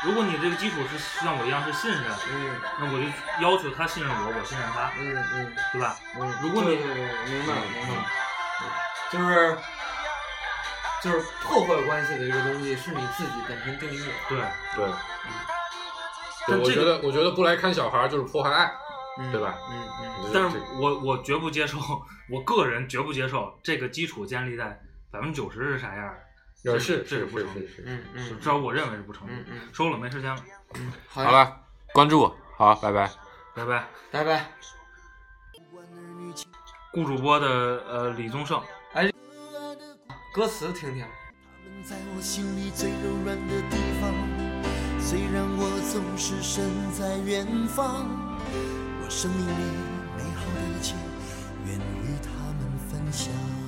[SPEAKER 4] 如果你这个基础是像我一样是信任，
[SPEAKER 2] 嗯
[SPEAKER 4] 那我就要求他信任我，我信任他，
[SPEAKER 2] 嗯嗯
[SPEAKER 4] 对吧？
[SPEAKER 2] 嗯，
[SPEAKER 4] 如果你
[SPEAKER 2] 对对对明白明白，就是就是破坏关系的这个东西是你自己本身定义的，
[SPEAKER 4] 对，
[SPEAKER 3] 对。对，
[SPEAKER 4] 但
[SPEAKER 3] 我
[SPEAKER 4] 这
[SPEAKER 3] 觉
[SPEAKER 4] 个
[SPEAKER 3] 得我觉得不来看小孩儿就是破坏爱，
[SPEAKER 2] 嗯
[SPEAKER 3] 对吧？
[SPEAKER 2] 嗯嗯，
[SPEAKER 4] 但
[SPEAKER 3] 这
[SPEAKER 4] 是
[SPEAKER 3] 个
[SPEAKER 4] 我我绝不接受，我个人绝不接受这个基础建立在百分之九十是啥样的，
[SPEAKER 3] 也
[SPEAKER 4] 这
[SPEAKER 3] 是
[SPEAKER 4] 这
[SPEAKER 3] 是
[SPEAKER 4] 不
[SPEAKER 3] 是
[SPEAKER 4] 成立
[SPEAKER 3] 是。是。
[SPEAKER 2] 嗯嗯，
[SPEAKER 4] 至少我认为是不成立
[SPEAKER 2] 嗯
[SPEAKER 4] 的。
[SPEAKER 2] 嗯
[SPEAKER 4] 收了，没时间了，
[SPEAKER 2] 嗯，好
[SPEAKER 3] 好
[SPEAKER 2] 呀，
[SPEAKER 3] 了，关注我，好，拜拜。
[SPEAKER 4] 拜拜。
[SPEAKER 2] 拜拜。
[SPEAKER 4] 顾主播的呃李宗盛，
[SPEAKER 2] 歌词听听，
[SPEAKER 7] 他们在我心里最柔软的地方，虽然我总是身在远方，我生命里美好的一切，愿与他们分享。